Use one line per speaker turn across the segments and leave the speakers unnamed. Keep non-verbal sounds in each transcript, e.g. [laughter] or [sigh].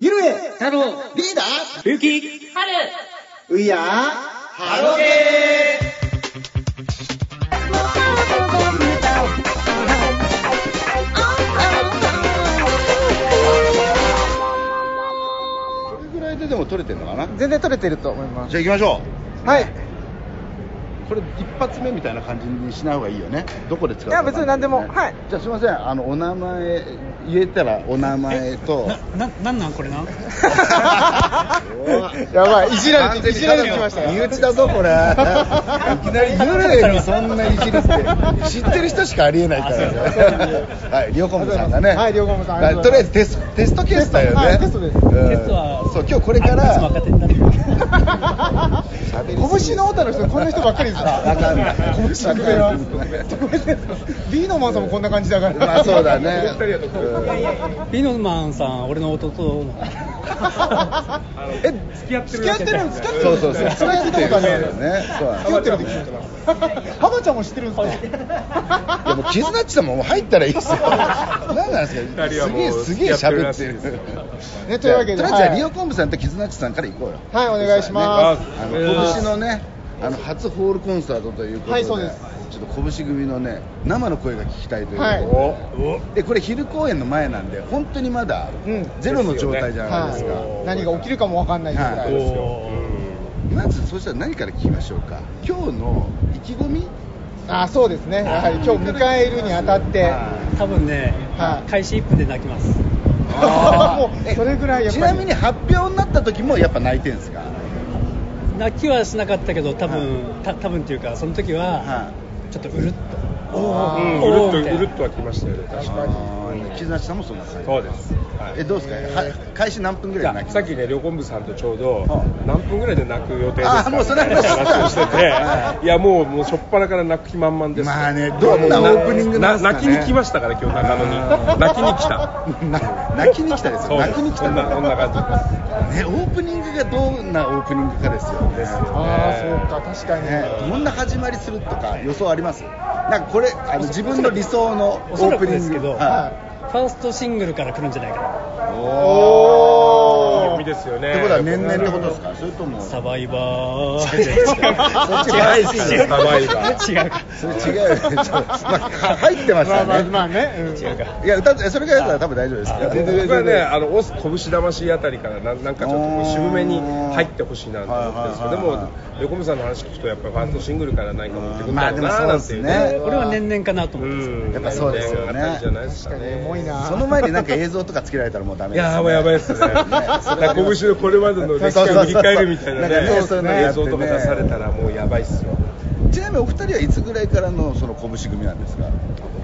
で、
太郎、
リーダー、
ゆき、
春
ウィアー、ハロゲー
これぐらいででも取れてるのかな
全然取れてると思います。
じゃあ行きましょ
はい。
うこれ一発目みたいな感じにしない方がいいよねどこで使うか
いや別に何でもはい
じゃあすいませんあのお名前言えたらお名前と
な、なんなんこれな
[laughs] やばい、いじられ
完全
て、い
に
じられてきましたよ。
身内だぞこれいきなり幽霊にそんないじるって知ってる人しかありえないからねはいリョコムさんがね
はいリョコムさん
だからとりあえずテストテストケースだよね
はいテストです
うん
テストは
そう今日これか
いつも
ら
若手になるよ
拳のオタの人、こんな人ばっかりですから。
わかんない
拳の上は。B のマンさんもこんな感じだから。
まあそうだね
ピノマンさん、俺の弟の。
え、付き合ってる付き合ってる付き合ってる
そうそうそう
それは聞いたことある
そうだねそう
付き合ってるって聞いてます。ハマちゃんも知ってるんですか
いやもう絆っちさんももう入ったらいいです
[laughs]
よ。何なんですか。すげえすげえ喋ってる。
ね、というわけで。
とりあえずじゃあ
はい
リオコンブさんと絆っちさんから行こうよ。
はい、お願いします。
あの今年のね。あの初ホールコンサートということで、
はいそうです
ちょっと拳組のね生の声が聞きたいということで,、
はい
でこれ昼公演の前なんで本当にまだ
うん
ゼロの状態じゃないですか、
はい、何が起きるかもわかんないですから、
はいまずそしたら何から聞きましょうか今日の意気込み
あそうですねやはり今日迎えるにあたって
多分ね
は、い
開始1分で泣きます。
あー
もうそれぐらいやっ
ち
ぱ
な
り
みに発表になった時もやっぱ泣いてるんですか
泣きはしなかったけど、多分、た多分っていうか、その時は、
はい
ちょっとうるっと。
あ
うん、う
おー
るっ
みたい
と
な
うるっとはきましたよね。確かに。
絆さんもそんな感じ
そうです。
えどうですか、は開始何分ぐ
い
らい
や
泣き
さっきね、両昆布さんとちょうど
は、
何分ぐらいで泣く予定です
あ
か
もうそれ
みたいな話をして
は
て、いや、もう、もう、初っ端から泣く気満々です。
まあねどんなオープニングなんですかね
泣きに来ましたから、今日、中野に。泣きに来た。
な泣きに来たです
そ
よ
う
泣きに来
こ
た
んな、こんな感じ。
ねオープニングがどんなオープニングかですよね
ですよ
ああ
ね
そうか確かに、
ねどんな始まりするとか予想ありますなんかこれあの自分の理想のオ
おそら
ープ
く
ニング
ですけど、フ
は
ァーストシングルから来るんじゃないか
い、
意
おお
味
っ
で
て
すよね。
ことは年々ってことですかそれとも
な。
そ
サ
れ
バイバーじゃないですか。
っちが入ってる
サバイバー
違うか。
それ違うよねちょっとまあ入ってまし
まあ
た
まあ
ね
まあね、
違うか。
いや歌ってそれぐらいだったら多分大丈夫ですから
僕はね、あのオス拳魂あたりからなんなんかちょっとこう渋めに入ってほしいなと思ってるんですけど、で
はいはい
も
はい
横見さんの話聞くとやっぱりファーストシングルから何か持ってくるん
ま
だ
あ
ろ
で
う
も
な
そ
ーなん
うで
て
す
いう
ね
俺は年々かなと思ってます。
うん
やっぱそうですよね
あたりじゃないですか
確かに
ね。
重いな
その前になんか映像とかつけられたらもうダメ
い
です、ね、
やーもうやばいですね。だから拳のこれまでの歴史
そうそうそ
を
う
振り返るみたいな
なんか
ね
ねそういうのや
映
って
像
ね
とか出されたらもうやばいっすよ。
ちなみにお二人はいつぐらいからのその拳組なんですか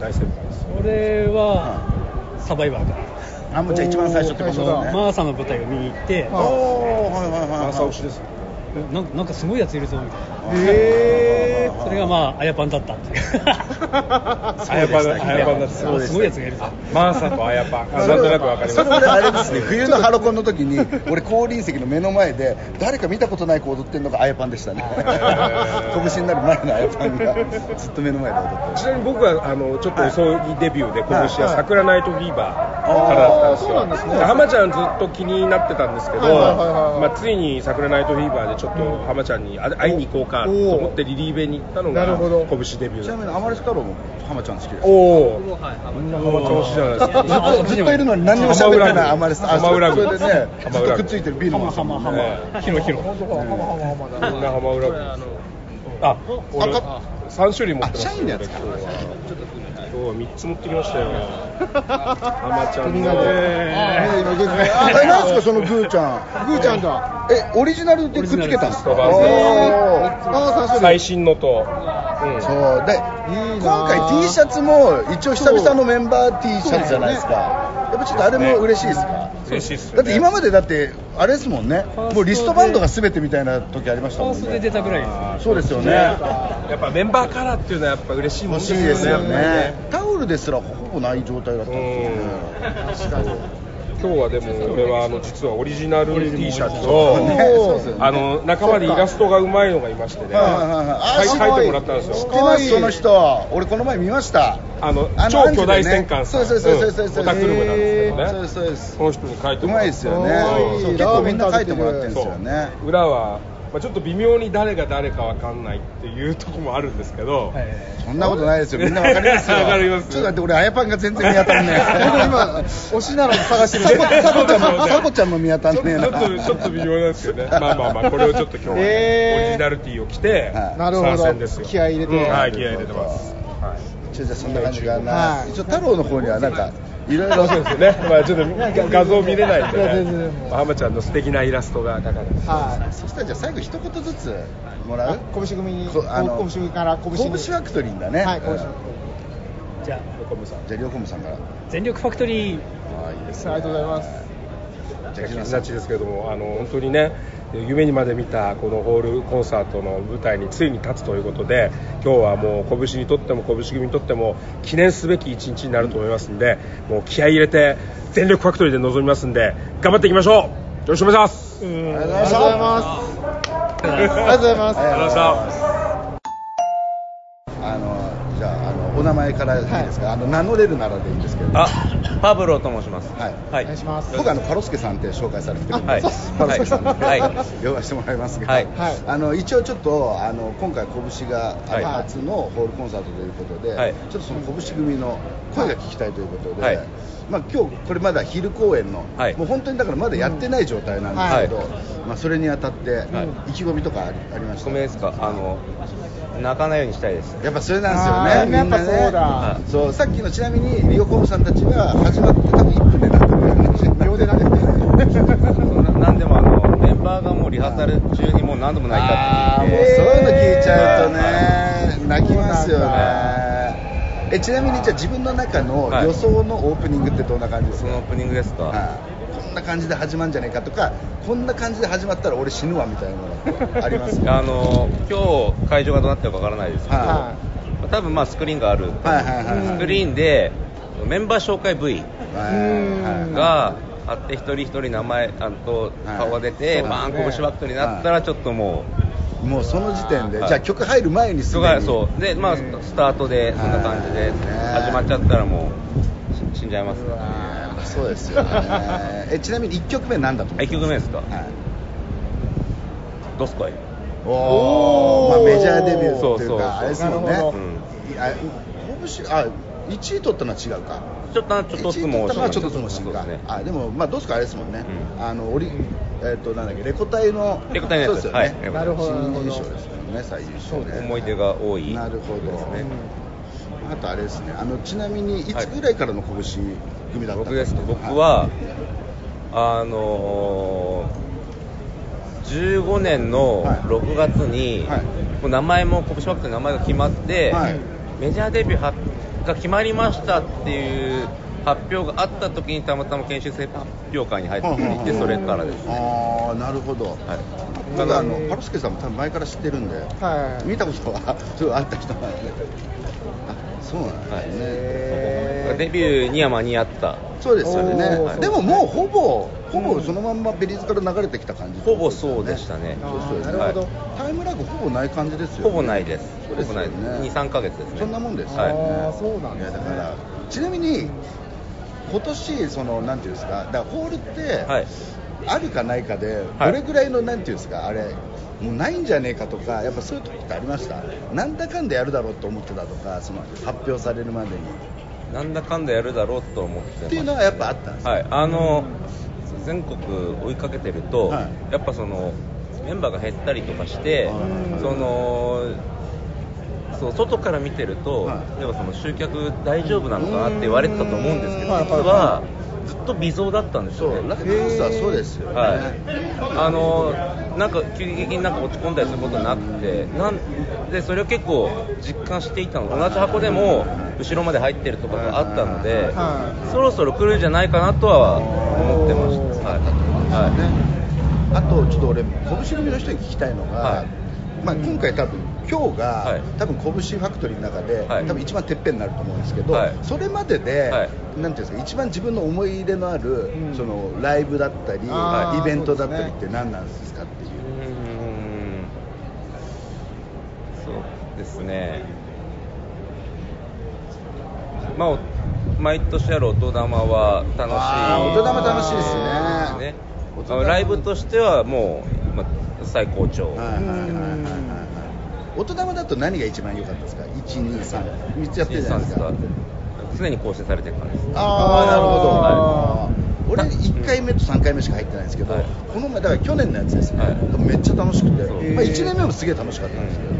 大先輩ですよ。
俺は、サバイバーから。
あもうじゃあ一番最初ってことだね
マーサの舞台を見に行って、
おおはいはいはいはい
朝押しですよ。
なんかなんかすごいやついるぞみたいな。
へ
それがまあ、あやパンだった
[laughs]
っていう。
あやぱんだ、あやぱんだっす
そ
よ
う。すごいやつがいるぞ。
マーサとあやぱん。あなんとなくわかり
それ俺
ま
あれですね冬のハロコンの時に俺後輪席の目の前で誰か見たことない子踊ってるのがあやパンでしたね拳になる前のあやパンがずっと目の前で踊って
す。ちなみに僕はあのちょっと遅いデビューで拳は桜ナイトフィーバー
は
か
い
らだったんです
そうなんで
よ。
すね
だから浜ちゃんずっと気になってたんですけど、
はいはいはいはい
まあついに桜ナイトフィーバーでちょっと浜ちゃんにあ会いに行こうかと思ってリリーベに行ったのが
なるほど
拳デビュー
ち
だっ
なみ
た。
にアマレス太郎も浜ちゃん好きです
おお。こんな浜調子じゃないですか。
ずっとずっといるのに何にも喋ってないアマレスあ
浜浦
そ
君
れでねず
浜浦君
っとくっついてるビールも
ハマハマ。ヒロヒロ。
こんな浜浦君。あ、俺三種類持ってます。
あ社員のやつか
今日は三つ持ってきましたよ。浜ちゃん
みんなで、
の。
ね今グーち
あ
ゃん
れなんですかそのグーちゃん
グーちゃんだ
えオリジナルでくっつけたんですか
オリジナル
お
で
ー
ああ最
最
初
新のと。
そうう
いいな
で今
あ
回 T シャツも一応久々のメンバー T シャツじゃないですかやっぱちょっとあれも嬉しいですか
ん。嬉しいっす
だ
よ
っ
ね。
て今までだってあれですもんね
ァーストで
もうリストバンドが全てみたいな時ありまし
フ
た
ァ
も
ー
ん
ストで
ね
出たぐらいです。
そうですよね
やっぱメンバーカラーっていうのはやっぱ嬉しいもん
欲
で
しい
す
です
よ
よ
ね。
ねタオルですらほぼない状態だったんですよね
うん今日はでも俺はあの実はオリジナル T シャツを
そうねそうですよね
あの仲間でイラストがうまいのがいましてねはい描いてもらったんです
知っ
よ
てますその人俺この前見ました
あの
あの
超巨大戦艦さ
そ
ん
うそうそうそうそうそう
うんオタクルムなんですけどね
そうですそうです
この人に描いて
う
もらっ
まい
た
ですよ
かわい
ね
い
そう結構みんな書いてもらってるんですよね
そう裏は、まあ、ちょっと微妙に誰が誰かわかんないっていうとこもあるんですけど、
そんなことないですよみんなわかりますよ
[laughs] わかります
ちょっと待って俺あやパンが全然見当たらね
[laughs]
え
今推しなのに探してる
サコサコちゃん
そ
も
う
サコちゃんも見当た
ちょ
んねえ
っとちょっと
な
ちょっと微妙なんですけどね、まあまあまあ、これをちょっと今日はね、
えー
オリジナルティーを着て、
はい
なるほど
参戦ですよ
気合い入れて
うんはい、気合い入れてます。はい
ちょじゃあそんな感じか
は
ない一応太郎の方にはなんかいろい
そう
ろ
ですよね、まあ、ちょっと画画像見れないん
いや
で
全然
ね
も、う
まあ浜ちゃんの素敵なイラストが描かれてます。
はい
そしたらじゃあ最後一言ずつもら
あ
う
拳組に
こあの
拳組から拳に
拳ファクトリーだね
はい拳
うんじ
じゃあ
横溝さん
ゃあ両方もさんから
全力ファクトリー
あいいです
ありがとうございます
じゃあキズナッチですけれどもあの本当にね夢にまで見たこのホールコンサートの舞台についに立つということで今日はもう拳にとっても拳組にとっても記念すべき一日になると思いますんでもう気合い入れて全力ファクトリーで臨みますんで頑張っていきましょうよろしくお願いします
あり
が
が
と
とうござ
うござい
い
ま
ますすありがとうございます
ありがとうございま
した
あのじゃああのお名前からいいですか、あの名乗れるならでいいんですけど
あ、パブロと申します。
はい
は
お願いします
僕あのパロスケさんって紹介されてるんで、
はい
パロスケさんで、
はい
呼ばせてもらいますが、
はい
はい
あの一応ちょっとあの今回拳が、あの
はい
初のホールコンサートということで、
はい
ちょっとその拳組の声が聞きたいということで、
はい
まあ今日これまだ昼公演の、
はい
もう本当にだからまだやってない状態なんですけど、
はい
まあそれにあたって、
は
意気込みとかありありまし
ご
た。
めんですか、あの、泣かないようにしたいです。
やっぱそれなんですよね。
あーみんなやっぱそうだ
みんなねそう、さっきのちなみに、リオコムさんたちは始まって多分1分でなったぐらいの話。秒でなって
そんななんでもあの、メンバーがもうリハーサル中にもう何度も泣いた
あ
っ
あ
て
もう
言っ
そう
て。
いうの聞いちゃうと
は
ね、泣きますよ
そう
ね。えちなみにじゃあ自分の中の
はい
予想のオープニングってどんな感じです
そ
か、
のオープニングですか。
はいこんな感じで始まるんじゃないかとかこんな感じで始まったら俺死ぬわみたいなのってあります
[laughs]
か
あの、今日会場がどうなってるかわからないですけど、
は
多分まあスクリーンがある。
はいはいはいはい
スクリーンで、メンバー紹介 V
はいはい
があって、一人一人名前あと顔が出て、
はい
バーン
そうだね
拳バックになったらちょっともう。
もうその時点で、
はい
じゃあ曲入る前にす
人
で
が
に
そうでまあススタートでそんな感じで
はい
始まっちゃったらもうし死んじゃいます
あーそうですよねえちなみに1曲目なんだと思う
1曲目ですか
はい
ドスコイ
おお、まあ、メジャーデビュー
そ
っ
う
てい
そううそう
かあれですもんね
なるほ
どうん
いやほぼしあ1位取ったのは違うか
ちょっとちょっとずつもう
1位取ったのはちょっともし
そうですね
あでもまあどうですかあれですもんね、
うん
あのオリえっ、となんだっけレコ大の
レコ大のやつ
そうですよね、
はいレコ大なる
ほど
新人賞ですもんね最優秀ね
思い出が多い
なるほど
ですね
あとあれですねあのちなみにいつぐらいからの拳組だったん
僕です
か
か僕はあのー15年の
はい
6月に、
はい
もう名前も拳バックの名前が決まって、
はい
メジャーデビューはが決まりましたっていう発表があった時にたまたま研修生発表会に入っていてそれからですね
ああなるほど、
はい
ただあのパルスケさんも多分前から知ってるんで、
はい
見たことはちょっとあった人なんであそうなんですね、
へ
デビューには間に合った
そうですよね、
おー
でももうほぼほぼそのまんまベリーズから流れてきた感じ、
ほぼそうでしたね
あ
そ
ー
うです
な
よ
るほど、
ね
は
タイムラグほぼない感じですよ
ほ
ね、
ぼないです
そうです
ほ
よ
ぼな
ね
い23ヶ月ですね
そんなもんですよ
は
ね、
い
あーそうなん
い
で
や
す
だ
ね
からちなみに今年そのなんていうんですかだからホールって、
はい
あるかないかで
はい
どれぐらいのなんていうんですかあれもうないんじゃねえかとかやっぱそういう時ってありましたなんだかんだやるだろうと思ってたとかその発表されるまでに
なんだかんだやるだろうと思ってます
っていうのはやっぱあったんですか、
はい、あの全国追いかけてると、
は
やっぱそのメンバーが減ったりとかして、
はい
そのそう外から見てると、
はい
やっぱその集客大丈夫なのかなって言われてたと思うんですけど、実
うーん
はずっと微増だったんです
そ
よ
う
ね
ラ。イブハウスはそうですよね、
はい、あのなんか急激になんか落ち込んだりすることなくてなんでそれを結構実感していたの同じ箱でも後ろまで入ってるとかがあったので、
は
そろそろ来るんじゃないかなとは思ってました、はい
だと思いますよね
は
あとちょっと俺拳組の人に聞きたいのが、
はい
まあ、今回多分今日が、
はい
多分拳ファクトリーの中で、
はい
多分一番てっぺんになると思うんですけど、
はい
それまでで、
はい
なんていうんですか一番自分の思い入れのある、
うん
そのライブだったり、
あー
イベントだったりっ
そうです
て
ね
何なんですかってい
う
う
ーんそうですね、まあお、毎年ある音玉は楽しい
あー音玉楽しいですね
ね
音
あ
玉
のライブとしてはもう、まあ、最高潮、
はいはいはいはいはい大人だと何が一番良かったですか1233つやってるじゃないですか
1 2 3常に更新されてる感じです
ああ
はい
なるほど、俺1回目と3回目しか入ってないんですけど、
はい
この前だから去年のやつですね、
はい
めっちゃ楽しくて、
そう
まあ、1年目もすげえ楽しかったんですけど、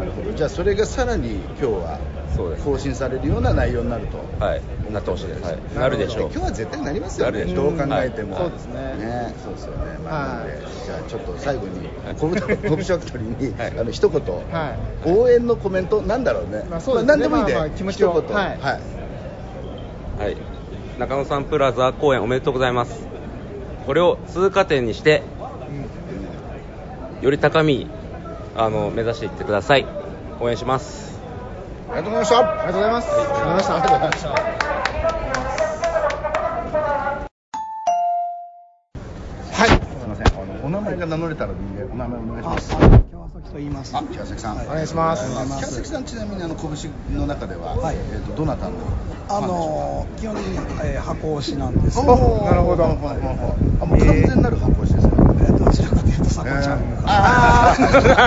なるほどじゃあそれがさらに今日は
そうです
更新されるような内容になると
はいなってほしいです、はい、なるでしょう
今日は絶対なりますよ
な
ね
るでし
ど
ょ
う
う
考えても、
はいそう
ですね
そうですよね、まあ、な
は
ん
い
でじゃあちょっと最後に
はい
コブタコブショクトリーに、
はい
あの一言、
はい
応援のコメントなんだろうね、
まあそうですね
何でもいいんで、
まあまあ気持ちを
一言
はい
はい
はい、中野サンプラザ公演おめでとうございますこれを通過点にしてより高みあの目指していってください応援します
ありがとうございました
ありがとうございます。ありがとうございました。ありがとうございました。
はいすみませんあのお名前が名乗れたらいいんでお名前お願いしますあ
川崎と言います。
川崎さん
お願いします
あ川崎さんちなみにあの拳の中では、
はい
えっ、とどなたの
あのー基本的に、えー、箱推しなんですけど、
おなるほどあもう完全なる発行師ですか、
えーどちらかというとサコちゃんが、
あ [laughs]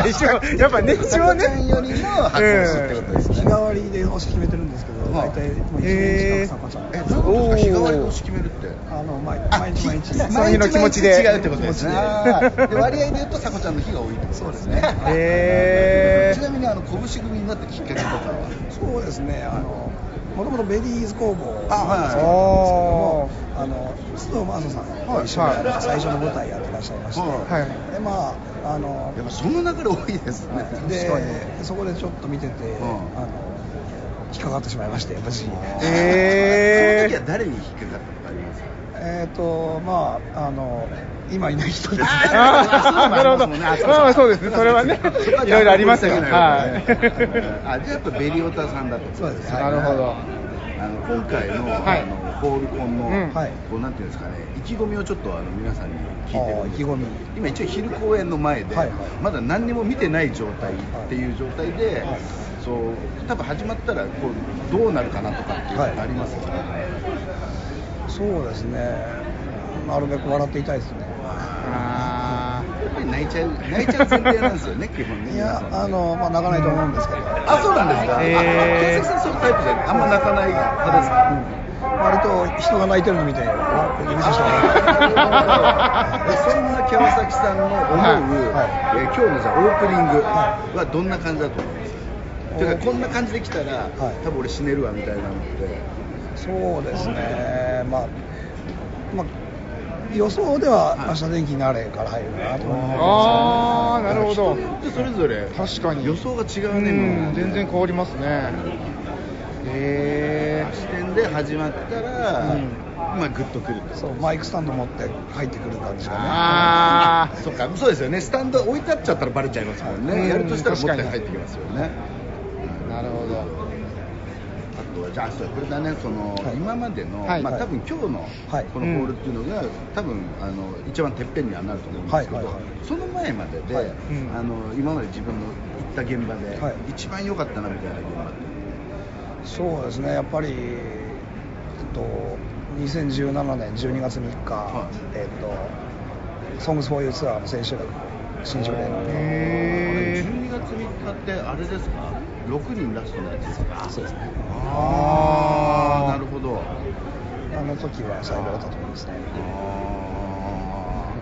あ
一応やっぱね一応ね
ちゃんよりの発行師ってことです
日
ね、
替わりで推し決めてるんですけど、
はい
大体もう1
へー
年近くサコちゃん
え
が、
なんとか日替わり推し決めるって
あの毎
あ
毎日毎日
日
その日の気持ちで
毎日違うってことですね
気持ちで
あーで割合で言うとさこちゃんの日が多いってことですね
へー
ちなみにあの拳組になったきっかけとかは
そうですね、あのもともとベリーズ工房
あは
な
い
んですけども、あの須藤真人さん
はい
と一緒にあの最初の舞台やってらっしゃいまして、
は
はい。
でまああの
やっぱその流れ多いですね
でそこでちょっと見てて、あの引っかかってしまいまして、私に。
えー
その時は誰に引っかかったとかありますか
えっ、とまああの今いない人ですね。 [laughs]
あーなるほど
あそう
まあまあそうですねそれはねいろいろありますよ
そこはちゃんと言ってあげないとね
は
あじゃあやっぱベリオタさんだと
そうです
なるほど。
あの今回の,、
はい
あのホールコンの、
うん
はい
こうなんていうんですかね意気込みをちょっとあの皆さんに聞いてる
あ
ん
ー意
です
気
けど
込み。
今一応昼公演の前で、
はいはい
まだ何にも見てない状態っていう状態で、
はい
そう多分始まったらこうどうなるかなとかっていうのってありますよね、
そうですね。なるべく笑っていたいですね。
あ
やっぱり泣いちゃう泣いちゃう前提なんですよね基本ね
い
皆さんね
やあのまあ泣かないと思うんですけど、
あそうなんですか、
へー
あ川崎さんそういうタイプじゃないあんま泣かない派ですか、
割と人が泣いてるの見て笑って見せてもらう。
えそんな川崎さんの思う、
は
えー今日のじゃあオープニングはどんな感じだと思います
はい
てかこんな感じで来たら、
はい
多分俺死ねるわみたいなのって
そうですね。まあまあ予想では明日天気になれから入るかなと思うんですけど
あーなるほど
人によってそれぞれ
確かに
予想が違
ー
うねみん
う
なん
全然変わりますね。へ
視点で始まったら、
うん
まあグッとくると
そうマイクスタンド持って入ってくる感じがね。
あー
[laughs] そっかそうですよねスタンド置いてあっちゃったらバレちゃいますもんね、
うん
やるとしたら持って
確か
入っ
に
てきますよね
ー。なるほど。
あとはじゃあそうこれだねその、
はい
今までの、
はい
まあ、
はい
多分今日の、
はい
このホールっていうのが、多分あの一番てっぺんにはなると思うんですけど、
はいはいはい
その前までで、
はい
ん
あの今まで自分の行った現場で、
はい
一番良かったなみたいな現場って
そうですね、やっぱり、えっと、2017年12月3日、
はい
えっと、Songs for You ツアーの千秋楽、新宿で、
へー
12月3日ってあれですか6人ラストのやつですか
そうですね、
ああなるほど
あの時は最後だったと思いますね。
あ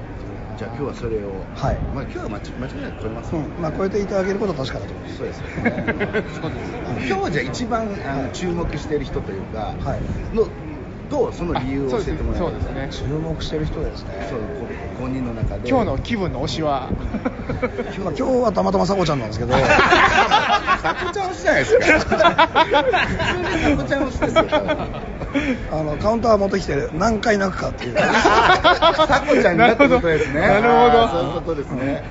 ーじゃあ今日はそれを、
はい
まあ、今日は間違間違いなく取れます
う
も
ん
んね、
まあ、超えていただけることは確かだと思います。
そうですよね今日じゃあ一番あの注目している人というか、
はい
のとその理由を
あ
教
そうで
え
す
てもらい
そう
ま
ですすね。
注目してる人ですね。
そうこ5人の中で
今日の気分の推しは。
まあ、今日はたまたまさこちゃんなんですけど、
[laughs]
サコちゃん推しじゃないですか普通にサコちゃん推しですよ多分
[laughs] あのカウンター持ってきて何回泣くかって
[laughs]
いう
タコちゃんになったことですね。
なるほど
あーそういうことですね。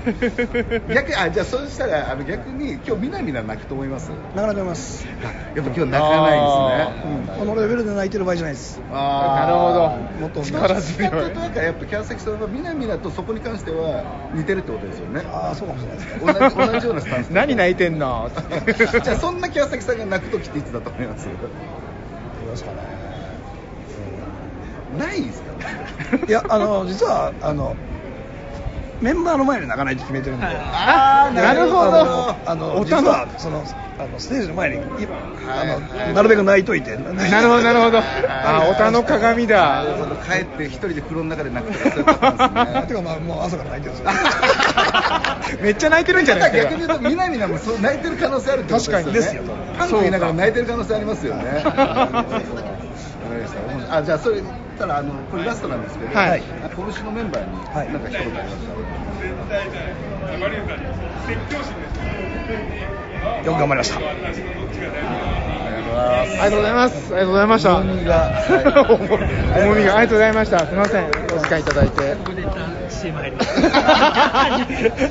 逆にあじゃあそうしたらあの逆に今日みなみな泣くと思います。
なかなかいます、
やっぱ今日泣かないです
う
ね。
ん、このレベルで泣いてる場合じゃないです
あー
なるほど
力強い。というかやっぱ川崎さんはみなみなとそこに関しては似てるってことですよね。
ああそうかもしれないですね
同じ同じようなスタンス。
何泣いてんの
[laughs] じゃあそんな川崎さんが泣く時っていつだと思います？ないですかね。 [laughs]
いやあの実はあのメンバーの前で泣かないって決めてるんで、
あーなるほど
あの、あの
お
実
たま
はそのあのステージの前に、い
はい
あのなるべく泣いといて、
な
な
るほどなるほど
あ
あおたの
[laughs]
鏡
なるほ
だ
ど帰って一人で風呂の中で泣くとかそういうパ
[laughs]
ターンですね。
てかまあもう朝から泣いてるんです
[laughs] めっちゃ泣いてるんじゃ
た
な
だ
いです
逆
か
に言うと、みなみなもそう泣いてる可能性あるってことですよね。
確かにですよ
パンク言いながら泣いてる可能性ありますよね。わかりましたあじゃあ、それ、たらあのこれラストなんですけど、
はい
あ拳のメンバーに、
はい
なんか一言ありますか
よ。よく頑張りました。
ありがとうございますありがとうございました
重みがはい
重みがありがとうございましたすみませんお時間いただいて
ここで一旦 CM 入ります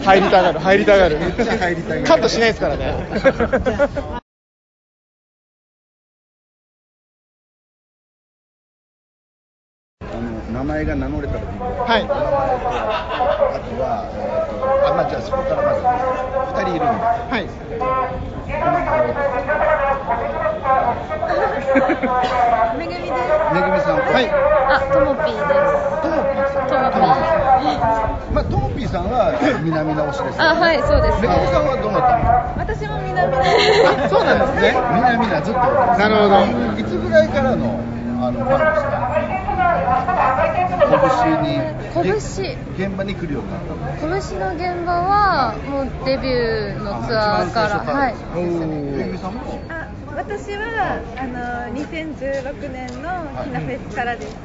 入りたがる入りたがる
めっちゃ入りたがる
カットしないですからね
あの名前が名乗れたらいいの
はい
あとは、えーとあまあ、じゃあ、そこからまず、2人いるんで。
はい
めぐみです。
めぐみさんと、
はい
あ、ともぴーです。
トモピーさん、
ともぴー。
まあ、トモピーさんは南直しですよね、
あ、はい、そうです
めぐみさ
ね。
んはどうなったの
[laughs] 私も南です。
そうなんですね
みなみなずっと
なる
ほどいつぐらいからのあのファンですか拳に
拳
で現場に来るようになったの
拳の現場はもうデビューのツアーから、はい。
めぐみさんも
あ私はあの2016年のひなフェスからです。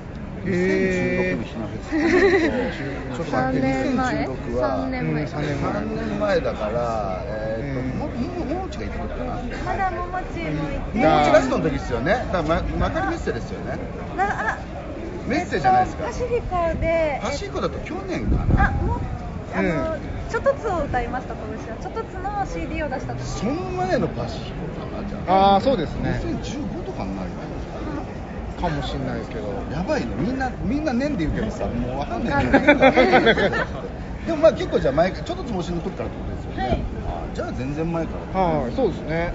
へ
2016のひなフェスちょっと待って
三年前
2016は
三年前
うん三三年前だからえーとももももちがいつだったかなももち
まだももちもいて、
ラストの時ですよねだからまマカリメッセですよね
なあ
メッセじゃないですか
えっとパシフィコで、
パシ
えっ
フィコだと去年か
と
な
あもうあの、ちょっとつを歌いました今年は。ちょっとつの CD を出した時。
その前のパシフィコかなじゃあ
ああそうですね
2015とかになるよね
かもしれないですけど
やばいねみんなみんな年で言うけどさもうわかんない
わかんない
[laughs] でもまあ結構じゃあ前ちょっとつもしの時からってことですよね、
はい
あじゃあ全然前から
はいそうですね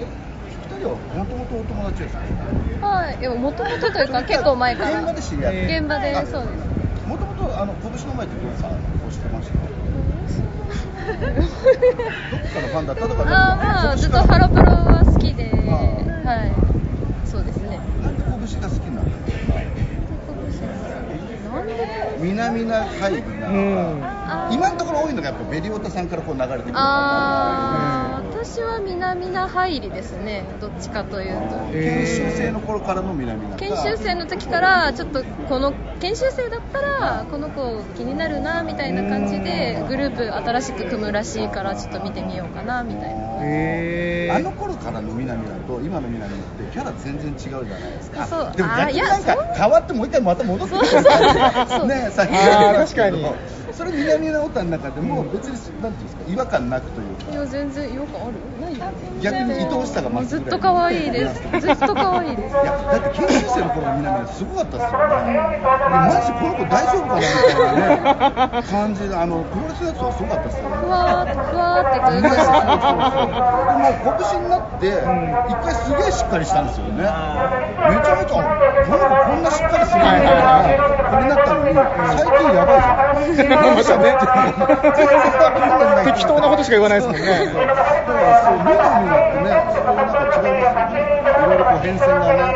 二人はもともとお友達ですか
はい。でも元々というか結構前から。
現場で知り合って
現場でそうです。
もともとあの拳の前ってどうさこうしてました
[laughs]
どっかのファンだったとか
あーまあずっとハロプロは好きで、はい。そうですね。
なんで拳が好きなの
なんで？
南な会議なのか、今のところ多いのがやっぱベリオタさんからこう流れてくる
ああ、私は南な入りですね。どっちかというと。
研修生の頃からの南な
研修生の時からちょっとこの研修生だったらこの子気になるなみたいな感じでグループ新しく組むらしいからちょっと見てみようかなみたいな
へえ
あの頃からの南だと今の南ってキャラ全然違うじゃないですか。
そう
でも
あ
逆
い
に
や
なんか変わってもう一回また戻ってくる
そうそうそう
ね最近
あー確かに
それ南直太の中でも別になんていうんですか違和感なくという
い
か。
や全然よくあるないよ
逆に愛おしさが増す
ず
ぐ
っ
らい
と可愛いですずっと可愛いです
いやだって研修生の頃の南すごかったですよね。でマジこの子大丈夫かなみたいなね感じであのプロレスのやつはすごかったですよね。
ふわーっとふわーっ
そうそうそう
て
そうでもう拳に
こういう声して
なって、一回すげえしっかりしたんですよね。めちゃめちゃ、なんかこんなしっかりするんだな、これなったのに、最近やばいじゃん。
またね適当なことしか言わないですもん
そうそうそう
ね
だからそう、見た目だってね、そういうなんか違いますよね。いろいろこう変遷がね。うん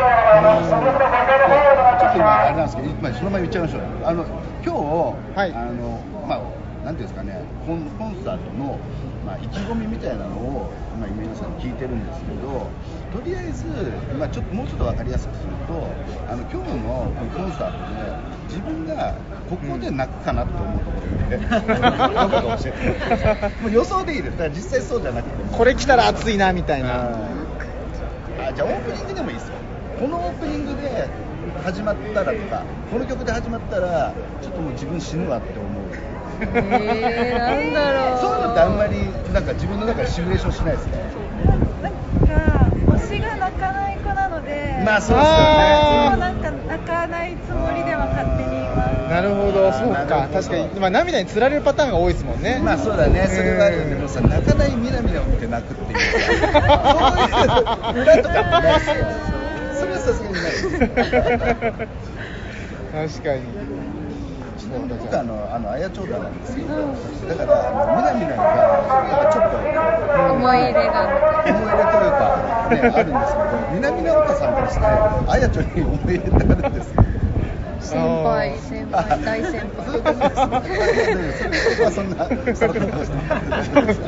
ちょっと今あれなんですけど、まあその前に言っちゃいましょうよ。あの今日、
はい
あのまあなんていうんですかね、コンコンサートのまあ意気込みみたいなのをまあ皆さんに聞いてるんですけど、とりあえずまあちょっともうちょっとわかりやすくすると、あの今日のコンサートで。自分がここで泣くかなと思うところ
[laughs]
で、もう予想でいい [laughs] です。だから実際そうじゃなくても。
これ来たら熱いなみたいな
あじゃあオープニングでもいいですよこのオープニングで始まったらとかこの曲で始まったらちょっともう自分死ぬわって思う
えー、なんだろう
そういうのってあんまりなんか自分の中でシミュレーションしないですね
なんか推しが泣かない子なので
まあそうっすよ
私
ね
もなんか泣かないつもりでは勝手にいます
なるほど、そう
なる
か、
ほど
確かに、まあ、涙につられるパターンが多いですもんね。
まあそうだね、それはあるよね、
うん
でもさ、泣かないみなみなを見て泣くっ
[laughs]
ていう、そういう裏とかもないし、それはさすがにない。
確かに。
ちなみに僕はあの、あの、あや長男なんですけど、だから、あのみなみなが、やっぱちょっと、
思い入れ
思い入れ
が
というか、ね、あるんですけど、みなみなおかさんからして、あやちょに思い入れってあるんですよ。
先輩先輩大先
そういうことですね
輩
まあそんな、その格好して。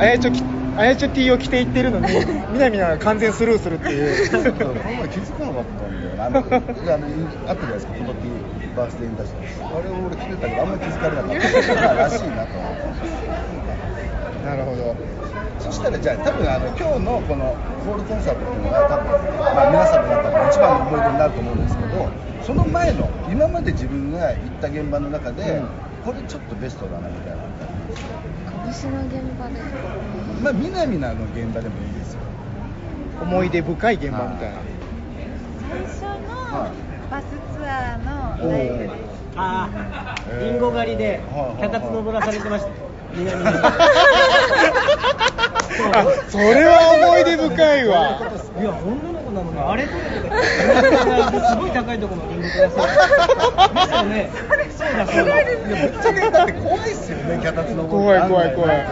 あやちょき、あやちょ T を着ていってるのに、みなみなが完全スルーするって
この
いう。
前気づかなかったんだよな、あの、あのあったじゃないですか、この時バースデーに出して、あれを俺着てたけど、あんまり気づかれなかった、まあらしいなと思
なるほど。
って、そしたらじゃあ、多分あの今日のこのホールコンサートっていうのが、多分まあ、皆さんの中で一番の思い出になると思うんですけど、その前の、今まで自分が行った現場の中で、これちょっとベストだなみたいな、
私の現場で
まあ、みなみなの現場でもいいですよ。
思い出深い現場みたいな。
最初の
は
バスツアーのライブです
ああ、リンゴ狩りで脚立登らされてました。南に
あ、それは思い出深いわ。
いや、女の子なのに、あれ取れてた。すごい高いところのリンゴ取らされ
[laughs]
て。ですよね。そうだ、そうだ。
ちょっとだって怖いですよね、脚立の
怖い怖い怖い。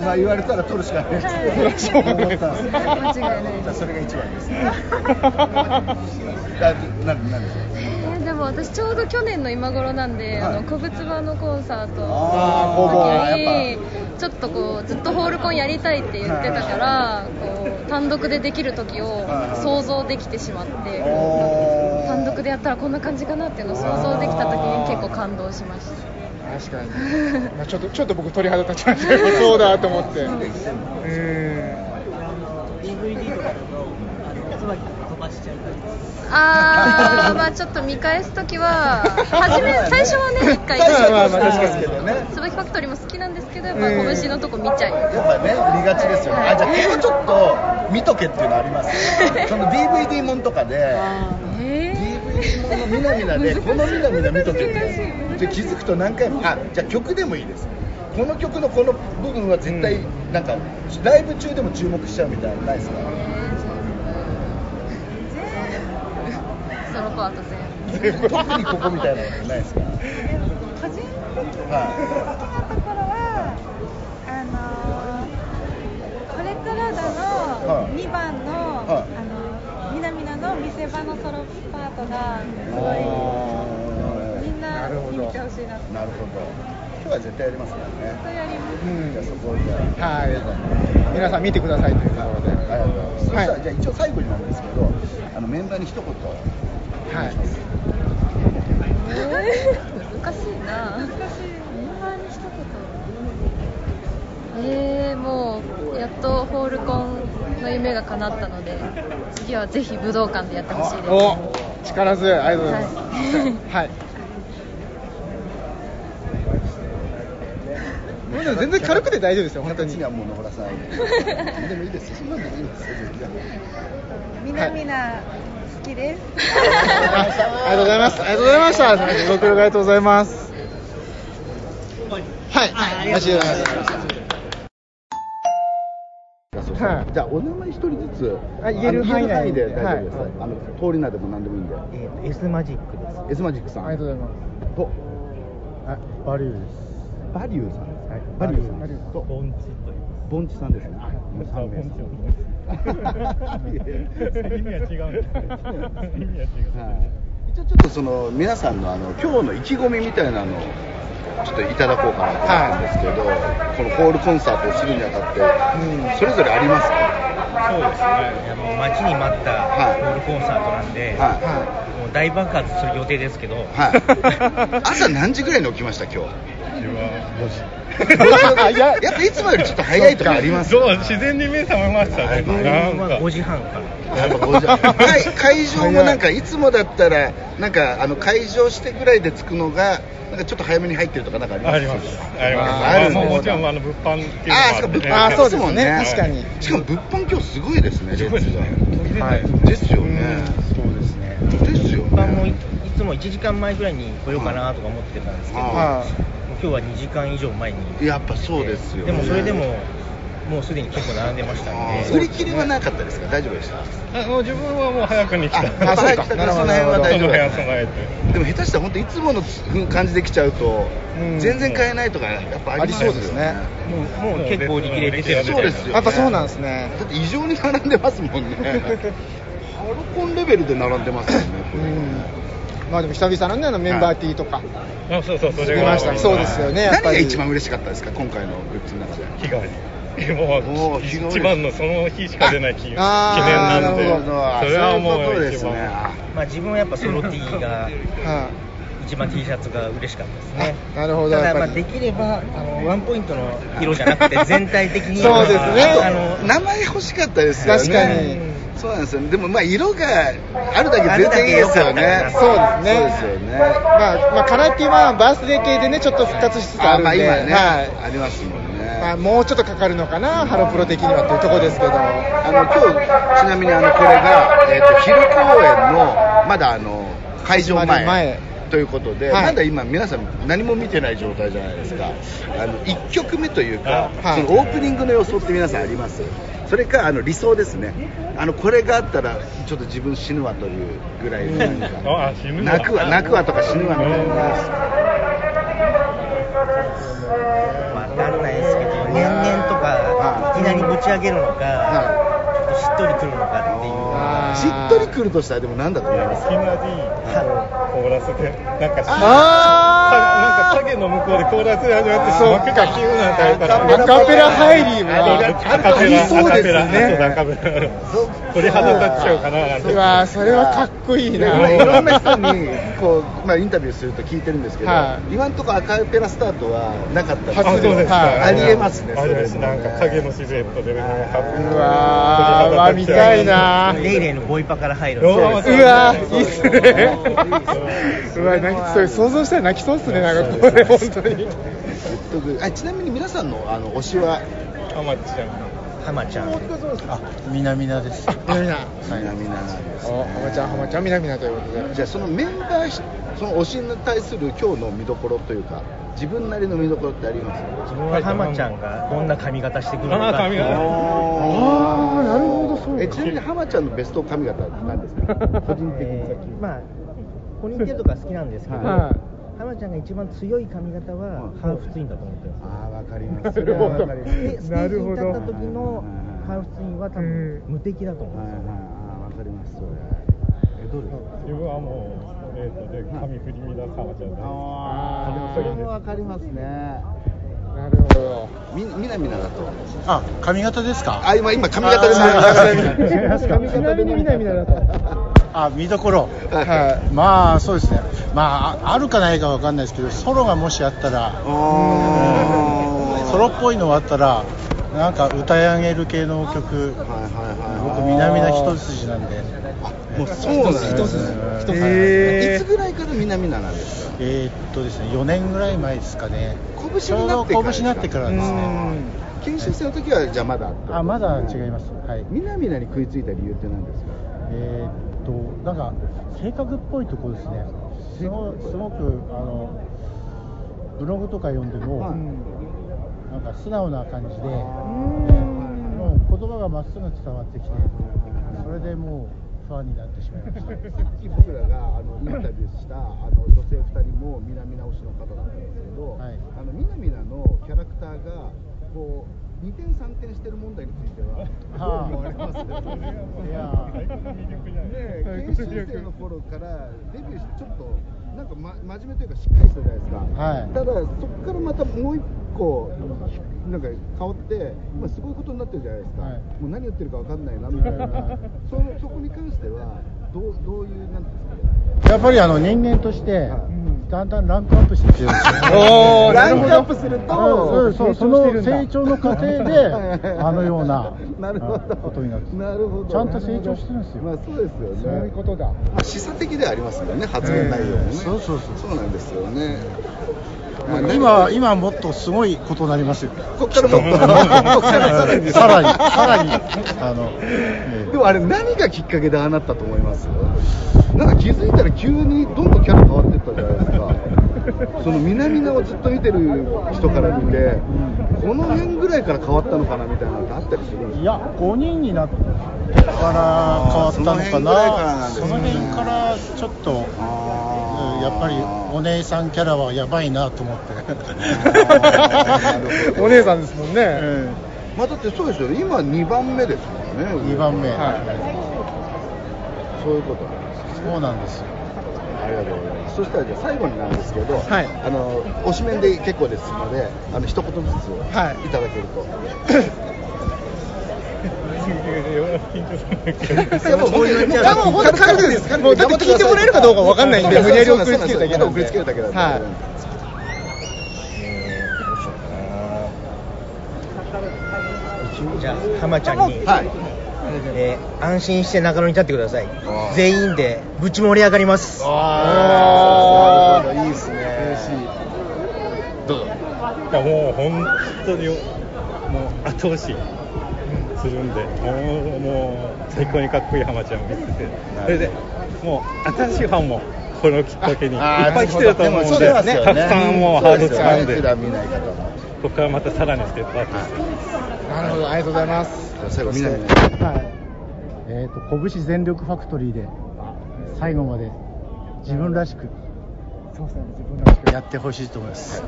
まあ言われたら取るしかないですけど、
しょうがないです
間違いないです
じゃあそれが一番で
[laughs]
すね。だなんなんでしょう。
えーでも私ちょうど去年の今頃なん
は
で、
い
あの小仏場のコンサート
あ
ー
の
工
時にちょっとこうずっとホールコンやりたいって言ってたからこう単独でできる時を想像できてしまって
おー
単独でやったらこんな感じかなっていうのを想像できた時に結構感動しました
確かに。まあ、ちょっと、ちょっと僕鳥肌立ちま
[laughs]
したよ。そうだと思って。うん。
DVD とかだと、あの、椿飛ばしちゃうから。
あーまあちょっと見返す時は初め最初はね一回
まあまあ確か
ですけどね。
椿ファクトリーも好きなんですけどやっぱ拳のとこ見ちゃいます
やっぱね、見がちですよね。あ、じゃあここちょっと見とけっていうのありますね。 [laughs] その DVD もんとかで、
えー
DVD もんのみなみなで、このみなみな見とけって。で気づくと何回も、あ、じゃあ曲でもいいです。この曲のこの部分は絶対、なんか、ライブ中でも注目しちゃうみたいなのないですか
ソロパート全
特にここみたいなのってないですか
個人的
は
なところはあのーこれからだ
は
の
い
2番の、
はい
あのみなみなの見せ場のソロパートがすごいみんなに見てほしいなと
なるほど。今日は絶対やりますからね。
やります
うん
じゃあそこじゃあ
はい。皆さん見てくださいというところで。
ありがとうございます。そした
は
ら
い
じゃあ一応最後になんですけど、あのメンバーに一言。
はい。
難しいな難しいメンバーに一言えー、もうやっとホールコンの夢が叶ったので次はぜひ武道館でやってほしいですは
お、力強い。ありがとうございます。はい。
[laughs]
もうでも全然軽くて大丈夫ですよ、本当
形
に
に。はもう登らさないで。でもいいですよ。そんなのいいですよ。全然
みなみな好きです、
あありがとうございます。ありがとうございました。ご協力ありがとうございます。はい、ありがとうございます。は
じゃあお名前一人ずつ
あ言える
あの
範囲内
で
で
大丈夫です、
はい
あの通り名でも何でもいいんで
えっと、S マジックです。
エスマジックさん
ありがとうございます。
と
バリューです。
バリューさんですね、
はい
バリューさん
バリューさん
と
ボンチという。
ボンチさんですね
ボンチはボンチを
意
意味は違うんです意味は違う
はい、 [laughs] 一応ちょっとその皆さんのあの今日の意気込みみたいなのをちょっといただこうかなと思うんですけど、このホールコンサートをするにあたって、それぞれありますか
そうですね。いやもう待ちに待った
はい
ホールコンサートなんで、
は
もう
大爆発する予定ですけど、
はい、 [laughs] 朝何時ぐらいに起きました、今日は。い [laughs] ややっぱいつもよりちょっと早いとかあります
そう自然に目覚めましたねなんか
5時半から
やっぱ5時半会会場もなんかいつもだったらなんかあの会場してぐらいで着くのがなんかちょっと早めに入ってるとかなんかあ
あ
り
り
ま
ます
す
あります
あるん
まあ
です
もちろんあの物販っていうのも
あーそ
あっ
うか
て
物販
そうですね
はい
確かに
しかも物販今日すごいですね列が
はい
ですよね
そうですね
ですよ
一般もいい
ね
つも1時間前ぐらいに来ようかなとか思ってたんですけど、もう
あ
今日は2時間以上前に
ーやっぱそうですよ
で
ね
もそれでももうすでに結構並んでました
あ
ん
ー
で
売り切れはなかったですか大丈夫でした
あもう自分はもう早くに来た
あ早く来たからその辺は
そ
大
の
丈夫
部屋備えて
でも下手したら本当いつもの感じで来ちゃうと、
うん
全然買えないとかやっぱありますよ
ありそうですね
もうもう結構売り切れ出てるん
そうですよ、ね、
やっぱそうなんですね
だって異常に並んでますもんねハロコンレベルで並んでますよねこ
う
れ
んまあでも久々のねあのメンバーティーとか
あそうそうそ
作
れ
り
が
ましたねそうですよねやっ
何
ぱ
が
り
一番嬉しかったですか今回のグッズの中で
日替わりも
お
う
ー日替わり
一番のその日しか出ない記記念
あー
なんで
なるほ
それはも
そう
う
いうことで
一
すね
番
あ
まあ、自分はやっぱソロ T が
は
一番 T シャツが嬉しかったですね
あなるほど
た
や
だ
っ
ま
ぱり
あできればあのワンポイントの色じゃなくて全体的に
そうですね
あの
名前欲しかったですよね
確かに
そうなんですよねでもまあ色があるだけ全然いいですよね
あるだけ良かった
そうですね
そうですよね
まあ、まあ、カラティはバースデー系でねちょっと復活しつつあ
あ
るん
まあ
で、
今ね、
はい
ありますもんね、
まあ、もうちょっとかかるのかなハロプロ的にはというところですけども
あの今日ちなみにあのこれが、えー、と昼公演のまだあの会場
始まる
前
前
ということで、
はい
まだ今皆さん何も見てない状態じゃないですかあの1曲目というか、
はい
そのオープニングの予想って皆さんありますそれかあの理想ですねあのこれがあったらちょっと自分死ぬわというぐらいのなんか
あ死ぬ
泣くわ泣くわとか死ぬわみたいな
わかんないですけど年々とかいきなりぶち上げるのかちょっとしっとりくるのかっていう
あ
しっとりくるとしたらでも何だと思います
いきなりコーラスでなんか
あ
なんか影の向こうでコーラスで始まってそう負けた気分なんてあるか
ア
ら
カペラ入りも
あ
ありそうですね
アカペラ鳥肌立っちゃうかななんて
うわーそれはかっこいい
まあ
ない
ろんな人にこう、まあ、インタビューすると聞いてるんですけど、
はい
今のところアカペラスタートはなかった
あそうですか
はい
ありえますね
あります
それ
なんか影のシルエットでなんか
うわーわ見たいな
レイレイのボイパから入る
うわ
うわーいいっすねうわ泣きそれ想像したら泣きそうっすねなんかこれ本当に
独特あちなみに皆さんのあの推しは
アマちゃん
ハマちゃん
みなみなです
みなみな
みなみななんです
おハマちゃんハマちゃんみなみなということで
じゃあそのメンバーひその推しに対する今日の見どころというか自分なりの見どころってあります
自分はハマちゃんがどんな髪型してくるの
あ
か
髪が
ああなるほどそう
えちなみに浜ちゃんのベスト髪型は何ですか個人的に
えーまあポニーテールとか好きなんですけど、
は
ハ
い
マちゃんが一番強い髪型はハーフツインだと思ってます
ああわかり
ます
それはわかります
なるほど
でステージに立った時のハーフツインは多分無敵だと思
はいはい
うんですよ
あーわかりますそれえどうですか
自分はもうストレートで髪振り乱すハマちゃんだ
ああ、でもそれもわかりますね。
なるほど
み、みなみなだと。
あ、髪型ですか。
あ、今、今髪型で流れてる。
ちなみにみなみなだと
あ、見どころ。
は
まあ、そうですね。まあ、ああるかないかわかんないですけど、ソロがもしあったら、ソロっぽいのがあったら、なんか歌い上げる系の曲、
はいはいは
僕、南な一筋なんで、
い。もう、そうなんですね。
筋
いつぐらいからみなみななんですか。
えーっとですね、4年ぐらい前ですかね。ち
拳
ょ
に
う
な
ど
ってから。
拳になってからですね。
研修生の時は、じゃ、まだあった。
あ、まだ違います。はい。
みなみなに食いついた理由って何ですか。
えーっと、なんか、性格っぽいところですね、すごすごくあのブログとか読んでも、
はい
なんか素直な感じで、もう言葉がまっすぐ伝わってきて、それでもう、ファンになってしまいました。
さっき僕らがあのインタビューしたあの女性2人も南直しの方だったんですけど、
はい
あの南なのキャラクターがこう二点三点してる問題についてはどう思われますね。
いや
ねえ研修生の頃からデビューしてちょっとなんか、ま、真面目というかしっかりしたじゃないですか。
はい
ただそこからまたもう一個なんか変わって今すごいことになってるじゃないですか。
はい
もう何
[laughs]
言ってるかわかんないなみたい
は
な。そのそこに関してはどうどういうなんていうんですかね。
やっぱりあの人間として、だんだんランクアップしてきてるんです [laughs] よ。
おーなるほどランクアップすると
そうそう、
成長して
そ
る
の
んだ
成長の過程で、あのような
なるほど
ことになる。
なるほど
ちゃんと成長してるんですよ。
まあそうですよね
そういうことだ。
示唆的ではありますよね発言内容もね、
ええそうそうそう
そうなんですよね
今、今もっとすごいことになりますよ。
こっからもっ
きっと
とこっからさらに
さらに、さらに、あ
[laughs]
の、
でもあれ何がきっかけでああなったと思いますなんか気づいたら急にどんどんキャラ変わってったじゃないです
[laughs]
かその南野をずっと見てる人から見てこの辺ぐらいから変わったのかなみたいなのってあったりするんです
いや、5人になってから変わったのかな。その辺からちょっと、うんやっぱりお姉さんキャラはやばいなと思 [laughs] って。お姉さんですもんね。
まあだってそうですよね今2番目ですからね
2番目
はいそういうことなんです
そうなんですよ
ありがとうございますそしたらじゃあ最後になんですけど、
はい
あの推しメンで結構ですのであの一言ずついただけると、
やもうこういうやもう本当軽くですもうだって聞いてもらえるかどうかわかんないんで無理やり送りつけるだけなんで
送りつけるだけなんで
はい
じゃあ浜ちゃんに、えー安心して中野に立ってください全員でぶち盛り上がります
あ
いいですね
どうぞいやもう本当にもう後押しするんでもうもう最高にかっこいい浜ちゃんを見せてそれでもう新しいファンもこれをきっかけにいっ
あー
ぱい来てると思うんで
そうですよね
たくさんもうハード掴ん
そうで
で
すよね普段見ない方も
ここからまたさらにステップアップして
なるほど、ありがとうございます。
最後
南
えっ、と、拳全力ファクトリーで、最後まで自分らしく
そうですね、自分らしく。
やってほしいと思います。
あ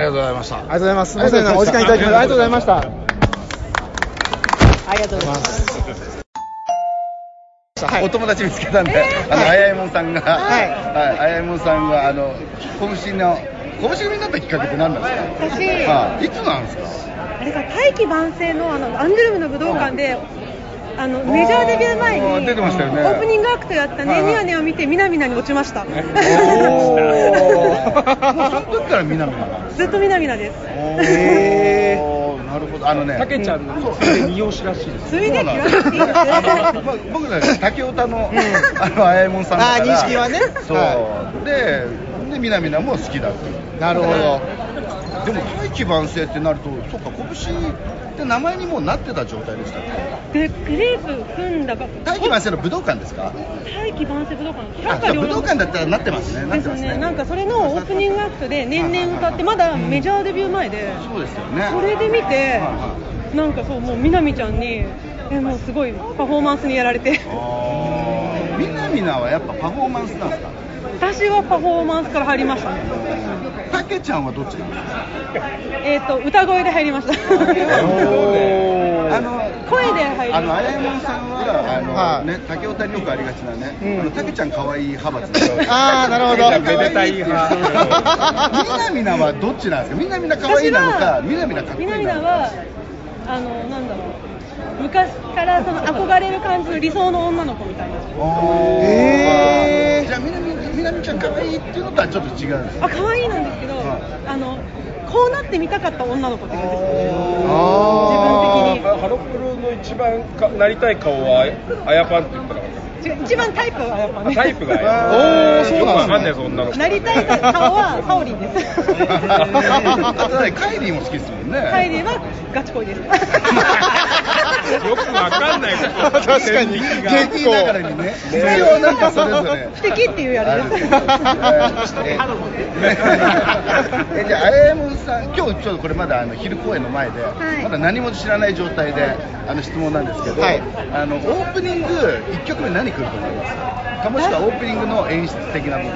りがとうございましたあり
がとうございます。皆さんお時間いただきましてありがとうございました。
ありがとうございます。
お友達見つけたんで、あの、あやいもんさんが、はい、あやいもんさんが、あの、拳の、拳組になったきっかけって何なんですか。
私
はい、いつなんですか。
あれか大器晩成のあのアンジュルムの武道館で、あのメジャーデビュー前
あー
に
出てましたよね
オープニングアクトやっ
は
た
い
ね、
はい
ミヤネを見てみなみなに落ちました。
[laughs] もうその時から南なの。
ずっとみなみなです。 [laughs]
へーなるほど、あのね。たけちゃんの、そう、三好らしいです。
それで
そうなん
言わなくていいですね
[laughs] あのま僕たち、竹雄太の、あの、あやいもんさんだから。
あー認識はね
そう、で、で、南なも好きだっていう。なるほど。でも、大器晩成ってなると、そっか、拳って名前にもうなってた状態でしたっけ。
でグレープ組んだば
大器晩成の武道館ですか。
大器晩成武道館。
あ、そう武道館だったらなってますね。な
で
ってますす
ね。
ね。
なんかそれのオープニングアクトで年々歌ってまだメジャーデビュー前で、
そうですよね。
それで見て
はいはい
なんかそうもうみなみちゃんにえもうすごいパフォーマンスにやられ [laughs] て。
みなみなはやっぱパフォーマンスなんですか
私はパフォーマンスから入りましたね。
たけちゃんはどっちなんですか
えっ、と歌声で入りま [laughs] した。声で
あの
入りま
あの
し
あやもんさんはあの、ね竹雄太によくありがちなね、あのたけちゃん可愛い派閥
あーなるほど
たけちゃん可愛いっていう
めで
[laughs] みなみなはどっちなんですかみなみな可愛いなのか
私は。
みなみなかったこい
み
い
な
な
みな
のか
はあのなんだろう昔からその憧れる感じの理想の女の子みたいな。
えー、じゃあみなみみなみちゃん可愛いっていうのとはちょっと違うんです
あ可愛いなんですけど、あのこうなってみたかった女の子って感じですね。
あーハロプロの一番かなりたい顔はあやぱんって言ったから
違う一番タイプはやっぱね。
タイプがあや
あー
ぱん
そうなんだ
よくわかんないです女の子
なりたい顔はサオリンです。
あとねカイリーも好きですもんね
カイリーはガチ恋です。
[laughs] よくわかんないこと
確かに
結
激流れにね必要なんかそれぞれ
素敵っていうやつです。
えじゃあ、あやもんさん、今日ちょっとこれまだあの昼公演の前で、
はい
まだ何も知らない状態で、あの質問なんですけど、あのオープニング1曲目何来ると思いますかもしくはオープニングの演出的な部分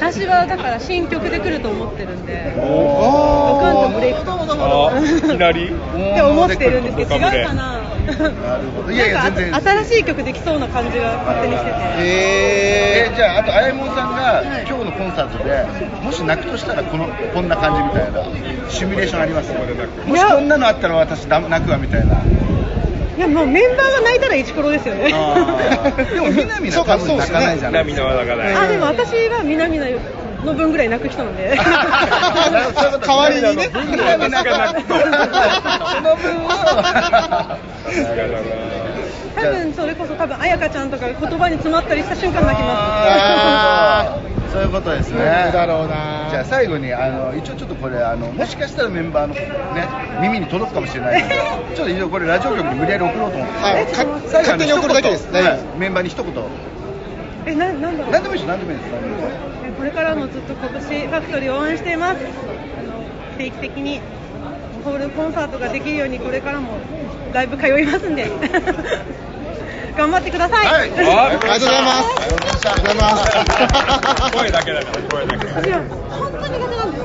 私はだから新曲で来ると思ってるんで。
お
ドカンとブレイク。
あーいきなり
って思ってるんですけど違うかな。
なるほどいやいや
なんか
全然
新しい曲できそうな感じが勝手にしてて。
えー、じゃあ、あとあやもんさんが今日のコンサートで、もし泣くとしたらこの、こんな感じみたいな、シミュレーションありますもしこんなのあったら私だ、泣くわみたいな、
いやもうメンバーが泣いたらイチコロですよね
でも南な多分泣かないじゃないです
涙
か
は泣かない
あでも私は南なの分ぐらい泣く人な
[laughs]
んで
代わりにね
[laughs] 多分それこそ多分彩香ちゃんとか言葉に詰まったりした瞬間泣きます
あーそういうことですね。だろうな。じゃあ最後にあの一応ちょっとこれあのもしかしたらメンバーのね耳に届くかもしれない [laughs] ので、ちょっと一応これラジオ局に無理やり送ろうと思って。
はいか勝手に送るだけです
最後に一言はいメンバーに一言。
[laughs] えななんだろう
何でもいいです。何でもいいです。
えこれからもずっと今年ファクトリーを応援していますあの定期的にホールコンサートができるようにこれからもライブ通いますんで [laughs] 頑張ってください、
ありがとうございますありがとうございます声だけだから声だけ
いや本当に苦手なんです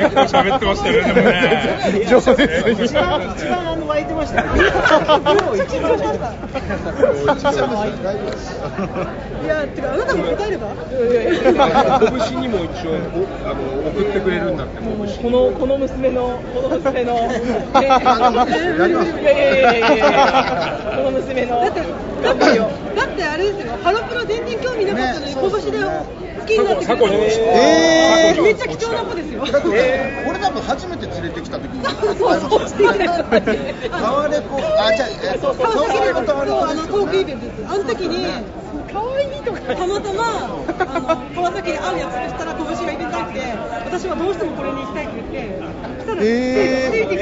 結構喋ってましたよねでもね上手ですね
一番あの湧いてましたよ。
[laughs]
めっちゃ緊張しました。
[laughs] いやてかあなたも答えれば
拳にも一応おあの送ってくれるんだってもう
このこの娘のこの娘の。ねいやいやいやいやいやこの娘の。だって
だってよだってあれですよハロプロ全然興味なかったのに今年で好きになってくれた
え
めっちゃ貴重な子ですよ
だって俺多分初めて連れてきた時に。
そうそうしていない
タワレコあじゃあえっと
そうそう
タワレコタワレコ
あのトークイベントですあの時に可愛いとかたまたまあの川崎で会う約束したら拳が入れたくて私はどうしてもこれに行きたいって言ってそしたら
えー
ついてきて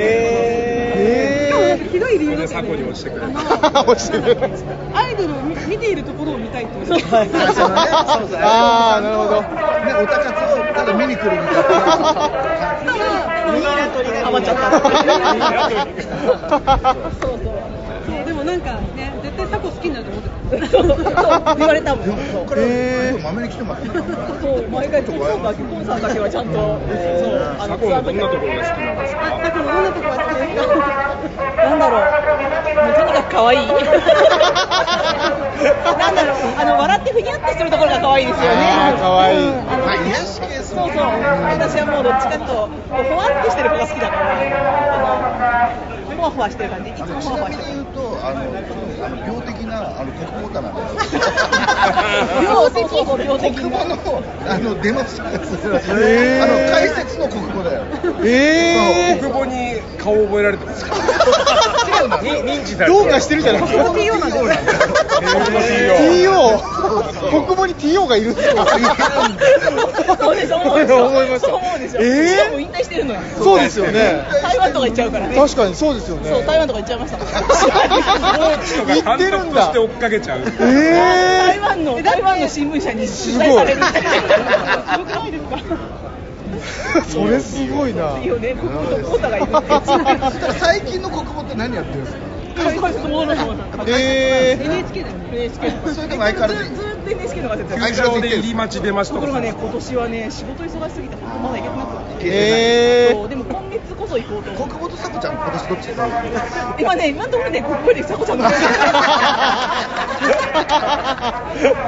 しかもなんかひどい理由だった
サコに落ちてくれる
落ちてる
アイドルを見見ているところを見たいって
[laughs] そうそうそうそうそう
ああなるほど
ねおたかつをただ見に来るみたい
ミイラ取りがハマっちゃ
そうそうそうでもなんかね絶対サコ好きになると思って
った。言われたもん。そう
これまめに来てます
そう毎回そうかコンサートだけはちゃんと。そうあ
サコのどんなところが好きなんですか
たどんなとこが好きですか
なんだろう、もうとにかく可愛い。なんだろう、あの笑ってふにゃってしてるところが可愛いですよね。
あー可愛い
うんあの、ふにゃって、そうそう、私はもうどっちかというと、こうほわっとしてる子が好きだから。あのふわふわしてる感じ、いつもふわふわしてる。
とあのあの病的なあの国語かなんか
そうそうそうそう病的
国語のあの出ますあの
えー
解説の国語だよ
ええ
国語に顔覚えられてますか
違うの
に認知されてる
どうかしてるじゃないですか
TO なんだよ
TO 国語に TO がいるってこと
そうでしょ、思うでしょ。
思いました
そう思うでしょ。
えー
しかも引退してるのに。
そうですよね
台湾とか行っちゃうからね。
確かにそうですよ
そう、
ね
台湾とか行っちゃいました。
言ってるん
とし
だ
て追っかけちゃう
ええ
台湾の台湾の新聞社に取材されるみたいな。すごくないですか。
それすごいない
いよね。国語とコータがいるって。
最近の国語って何やってるんですか
え
NHK だよね
NHK
それでも相変わらず
ずずっと NHK の方が絶対
球場で入り待ち出まし
と
た
ことろが
か
ね今年はね仕事忙しすぎて本当まだ行けてなくて、
え
そうでも今月こそ行こうと思
国
う
語とさこちゃん今年どっちですか
今ね今のところねこっこりさこちゃんの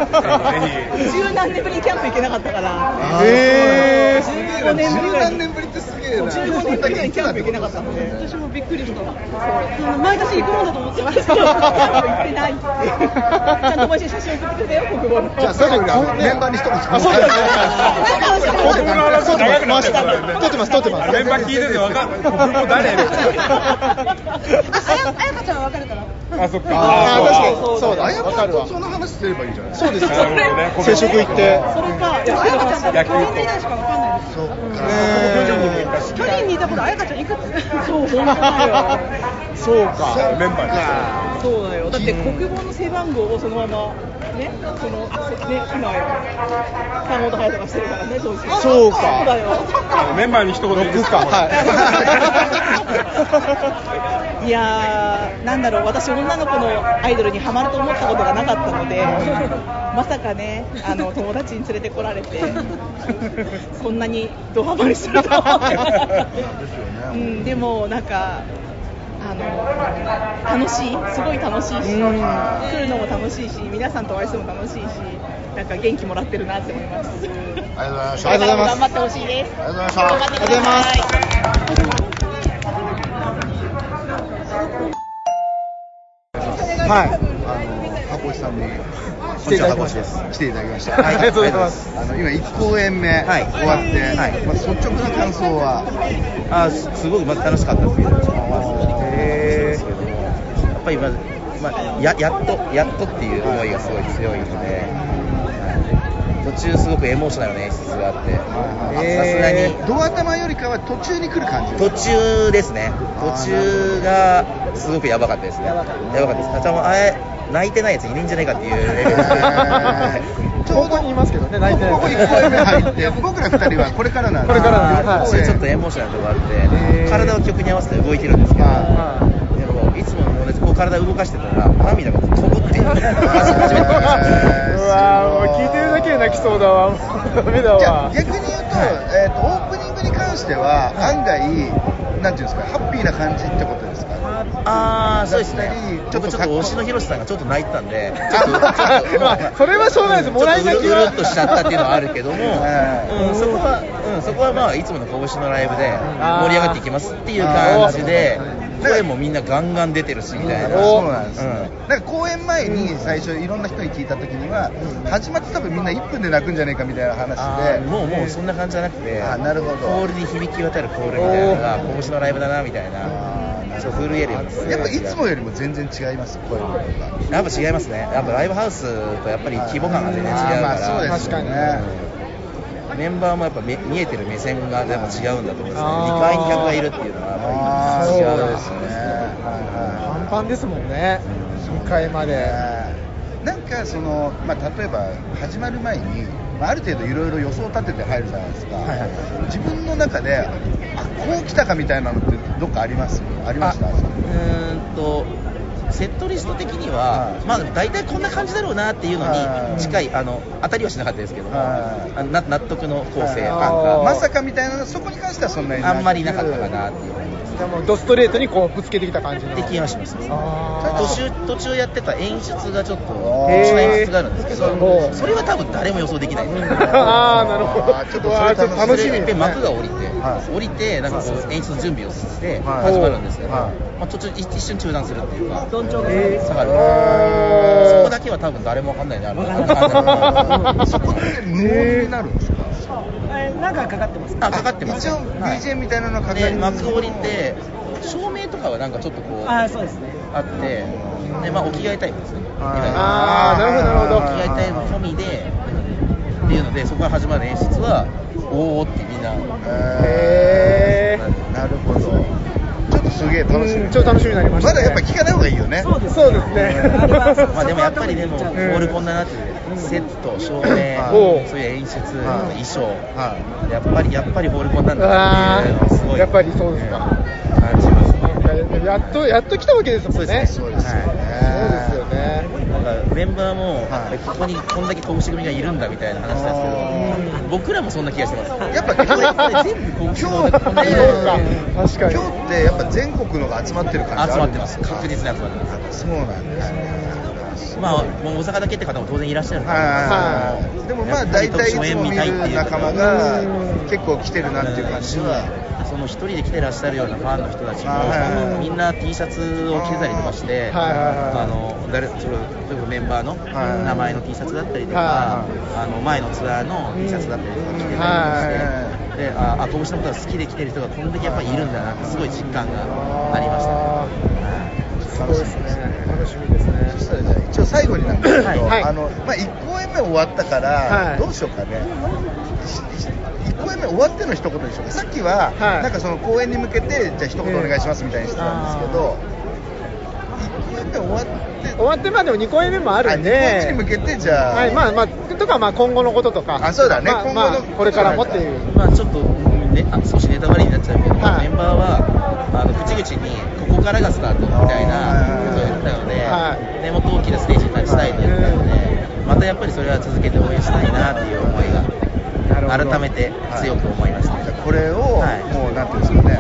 十何年ぶりにキャンプ行けなかったから
えー
15年ぶりぐらい
何年ぶりってすげえな
15年ぶりぐらいにキャンプ行けなかったので
私もびっくりしたわそんな毎年行くもんだと思って
[laughs]
ました
行ってないちゃんと毎週写真送ってくれたよ国語の
じゃあ最後にあのメンバーに一言
あそうですね
国語の話長くなっちゃったからね
撮ってます撮ってます
メンバー聞いててわかんない国語誰みたいな
あやあやかちゃんは別れたら
あそっか
ああ確か
に
にそうだ
あや
わか
か
るわ
とその話すればいいじゃない
そうですよ
なるほどね
接触行って
それか
でもあやかちゃん多分巨人時代しかわかんない
そっか
です巨人にいた頃あやかちゃんいくつ
そう本当だよ
そうか
メンバーです
そうだよ。だって国語の背番号をそのままね、そのね今よ、三本と早とかしてるからね当時。
そうか
そうだよ。
メンバーに一言いいですか
いやー、なんだろう、私、女の子のアイドルにハマると思ったことがなかったので、まさかね、あの友達に連れてこられて、そんなにドハマりするとは思ってなかった、うん、でも、なんか、あの楽しい、すごい楽しいし、来るのも楽しいし、皆さんとお会いするのも楽しいし、なんか元気もらってるなって思います。
ありがとうございまし
ありがとうござい
頑
ま
張
す
ってほしいです。
ありがとうございました
頑張ってください。
ありがとうございます
あはい。あの箱石さんに
来ていただきました
こんにちは箱石です。来ていただきました。
はいありがとうございます
あの今一公演目終わって、まあ率直な感想は
あすすごくまず楽しかったですけど、えー、やっぱりまず、まあ、ややっと、やっとっていう思いがすごい強いので、途中、すごくエモーショナルな演出があって、さすがに
ドア玉よりかは途中に来る感
[laughs]
じ。
途中ですね、途中がすごくやばかったですね、やばかったです、あちゃんもあれ泣いてないやついねえんじゃないかっていうレベルで
[laughs]
ちょうどにいますけどね、泣いてない
ここ1公演目入って、僕ら2人はこれからなんで
これからなんで
あー
はい
ちょっとエモーショナルなとこがあって、体を曲に合わせて動いてるんですけど、でもいつもの同じこう体を動かしてたら、涙が飛ぶって
[laughs]
いう、初めて見ました
うわーもう聞いてるだけで泣きそうだわもうダメだ
じゃあ
わ
逆に言うと、えーとオープニングに関しては案外、なんていうんですか、ハッピーな感じってことですか。
あーそうですね、ちょっとちょっと推しの広瀬さんがちょっと泣いてたんで、ちょっと、
[laughs] まあそれはしょうがないですもらい泣きは
ちょっとうるうるっとしちゃったっていうのはある
[laughs]
けども、うん、そこは、うん、そこはまあいつもの拳のライブで盛り上がっていきますっていう感じで、声もみんなガンガン出てるしみたいな、
そうなんです、
うん
なんか公演前に最初いろんな人に聞いた時には、始まって多分みんな1分で泣くんじゃないかみたいな話で
あーもうもうそんな感じじゃなくて
あーなるほど
コールに響き渡るコールみたいなのが拳のライブだなみたいな、そう震えるような声が
やっぱいつもよりも全然違います声の声が
やっぱ違いますね、やっぱライブハウスとやっぱり規模感が全然違うから、
あーまあそうですよね
うんメンバーもやっぱ目見えてる目線がやっぱ違うんだと思うんですね、
あー
2階に客がいるっていうのは、
あー
やっぱり違うですね。
パンパンですもんね2回まで
なんかその、まあ、例えば始まる前に、まあ、ある程度いろいろ予想を立てて入るじゃないですか、自分の中であこう来たかみたいなのってどっかありますありました
うーんとセットリスト的には、まあ、大体こんな感じだろうなっていうのに近い、あの当たりはしなかったですけども、あのな納得の構成
あ
感
ー
が、
まさかみたいなそこに関してはそんなに
あんまりなかったかなっていう
でもドストレートにこうぶつけてきた感じの
的気がしますね
あ
途中途中やってた演出がちょっと特殊な演出があるんですけどそれは多分誰も予想できない
あーなるほど
ちょっと
あーちょっと楽し
そ
み
れ
ですね
で幕が降りて、降りてなんかこう演出の準備をして始まるんですけど、まあ、途中一一瞬中断するっていうか下がるそこだけは多分誰もわかんないなそこって
[laughs]
無音になるんですか
なんかかかってます
あかかってます
一応 BGM みたいなのかかり
で幕降りて照明とかはなんかちょっとこう
あー
そうですねあってでまあお着替えタイムですね
あーなるほどなるほど
お着替えタイム込みでっていうのでそこから始まる演出はおーおーってみんな
へ
ーなるほどちょっとすげ [laughs] え楽しみ
ちょっと楽しみになりました
まだやっぱ聞かない方がいいよね
そうですそうですね
まあでもやっぱりでもオールこんななってセット照明
おう
そういう演出衣装やっぱりやっぱりホールコンなんだ
あ
っていうのはすご
ー
い
やっぱりそうですか
感じますね
やっとやっと来たわけですもんねそうですねそうですよね
なんかメンバーも、ここにこんだけ拳組がいるんだみたいな話なんですけど、僕らもそんな気がしてます。やっぱ全部拳組だね
確かに
今日ってやっぱ全国のが集まってる感じ
集まってます。確実に集まってます。
そうなんですね。
まあ、もう大阪だけって方も当然いらっしゃるん
は
ですけど
いでもまあ大体いつも見る仲間が結構来てるなっていう感じ
は、その一人で来てらっしゃるようなファンの人たち
は
も、みんな T シャツを着てたりとかして、
はいはいはい
あの誰それそれこそメンバーの名前の T シャツだったりとか
は、
あの前のツアーの T シャツだったりとか着てたりとかして、でああ、拳のことが好きで来てる人がこんだけやっぱいるんだなって、すごい実感がありましたね。
楽しみですね楽しみですねそしたらじゃあ一応最後になんですけど、あのまあ1公演目終わったから、どうしようかね1公演目終わっての一言でしょうかさっきは、なんかその公演に向けてじゃあ一言お願いしますみたいにしてたんですけど、1公演目終わっ
終わってまあでも2公演目もあるんで
あ二公演目に向けてじゃあ
はいまあまあとかまあ今後のこととか
あそうだね
まあ
今後の
まあこれからもっていう
まあちょっと、ね、あ少しネタバレになっちゃうけど、メンバーはあの口々にここからがスタートみたいなことを言ってたので、でもっと大きなステージに立ちたいと言ってたので、またやっぱりそれは続けて応援したいなっていう思いが改めて強く思いました、
これを、もうなんていうんですかね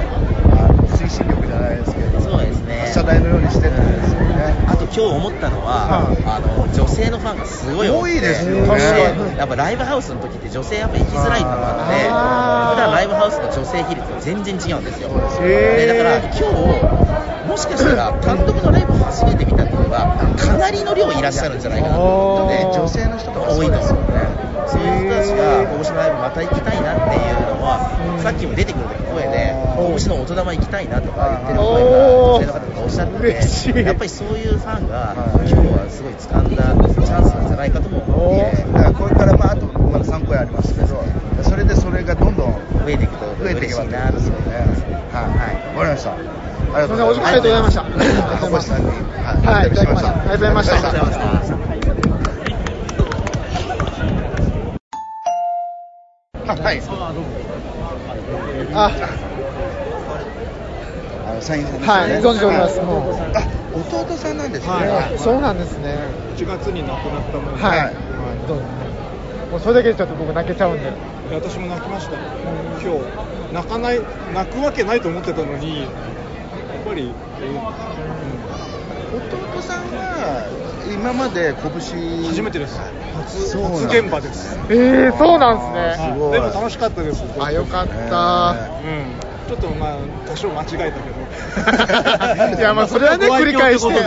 あの推進力じゃないですけど
そうですね
発射台のようにしてるんですよね
あと今日思ったのは、あの女性のファンがすごい多くて
多いですよね
でやっぱライブハウスの時って女性やっぱ行きづらいとかって、普段ライブハウスの女性比率が全然違うんですよ。でだから今日もしかしたら単独のライブ走れてみたっていうのはかなりの量いらっしゃるんじゃないかなと思って女性の人とか多いと思うんでそういう人たちが甲子のライブまた行きたいなっていうのはさっきも出てくる時声で甲子の大人は行きたいなとか言ってる声が女性の方とかおっしゃっててやっぱりそういうファンが今日はすごい掴んだチャンスなんじゃないかとも思って
だからこれからまああとまだ3個ありますけどそれでそれがどんどん
増えていくと
増えていけばってことですよねはいはいわかりましたありがとうございました
ありがとうございました
小橋さんに
はい、
インタビューしました
ありがとうございました
ありがとうございましたはい
あ
あのサインさんですよ
はい
ね
存じておりますもう
あ弟さんなんですね
はい、そうなんですね
1月に亡くなったもので、
はい、どうぞもうそれだけでちょっと僕泣けちゃうんで
私も泣きました、今日泣かない泣くわけないと思ってたのに、やっぱり、え
弟さんは今まで拳初め
てです
初
初現場です
えー、そうなんですね
ーでも楽しかったです、
あよかった
うん、ちょっとまあ、多少間違えたけど、
[laughs] いやまあそれはね繰り返して
は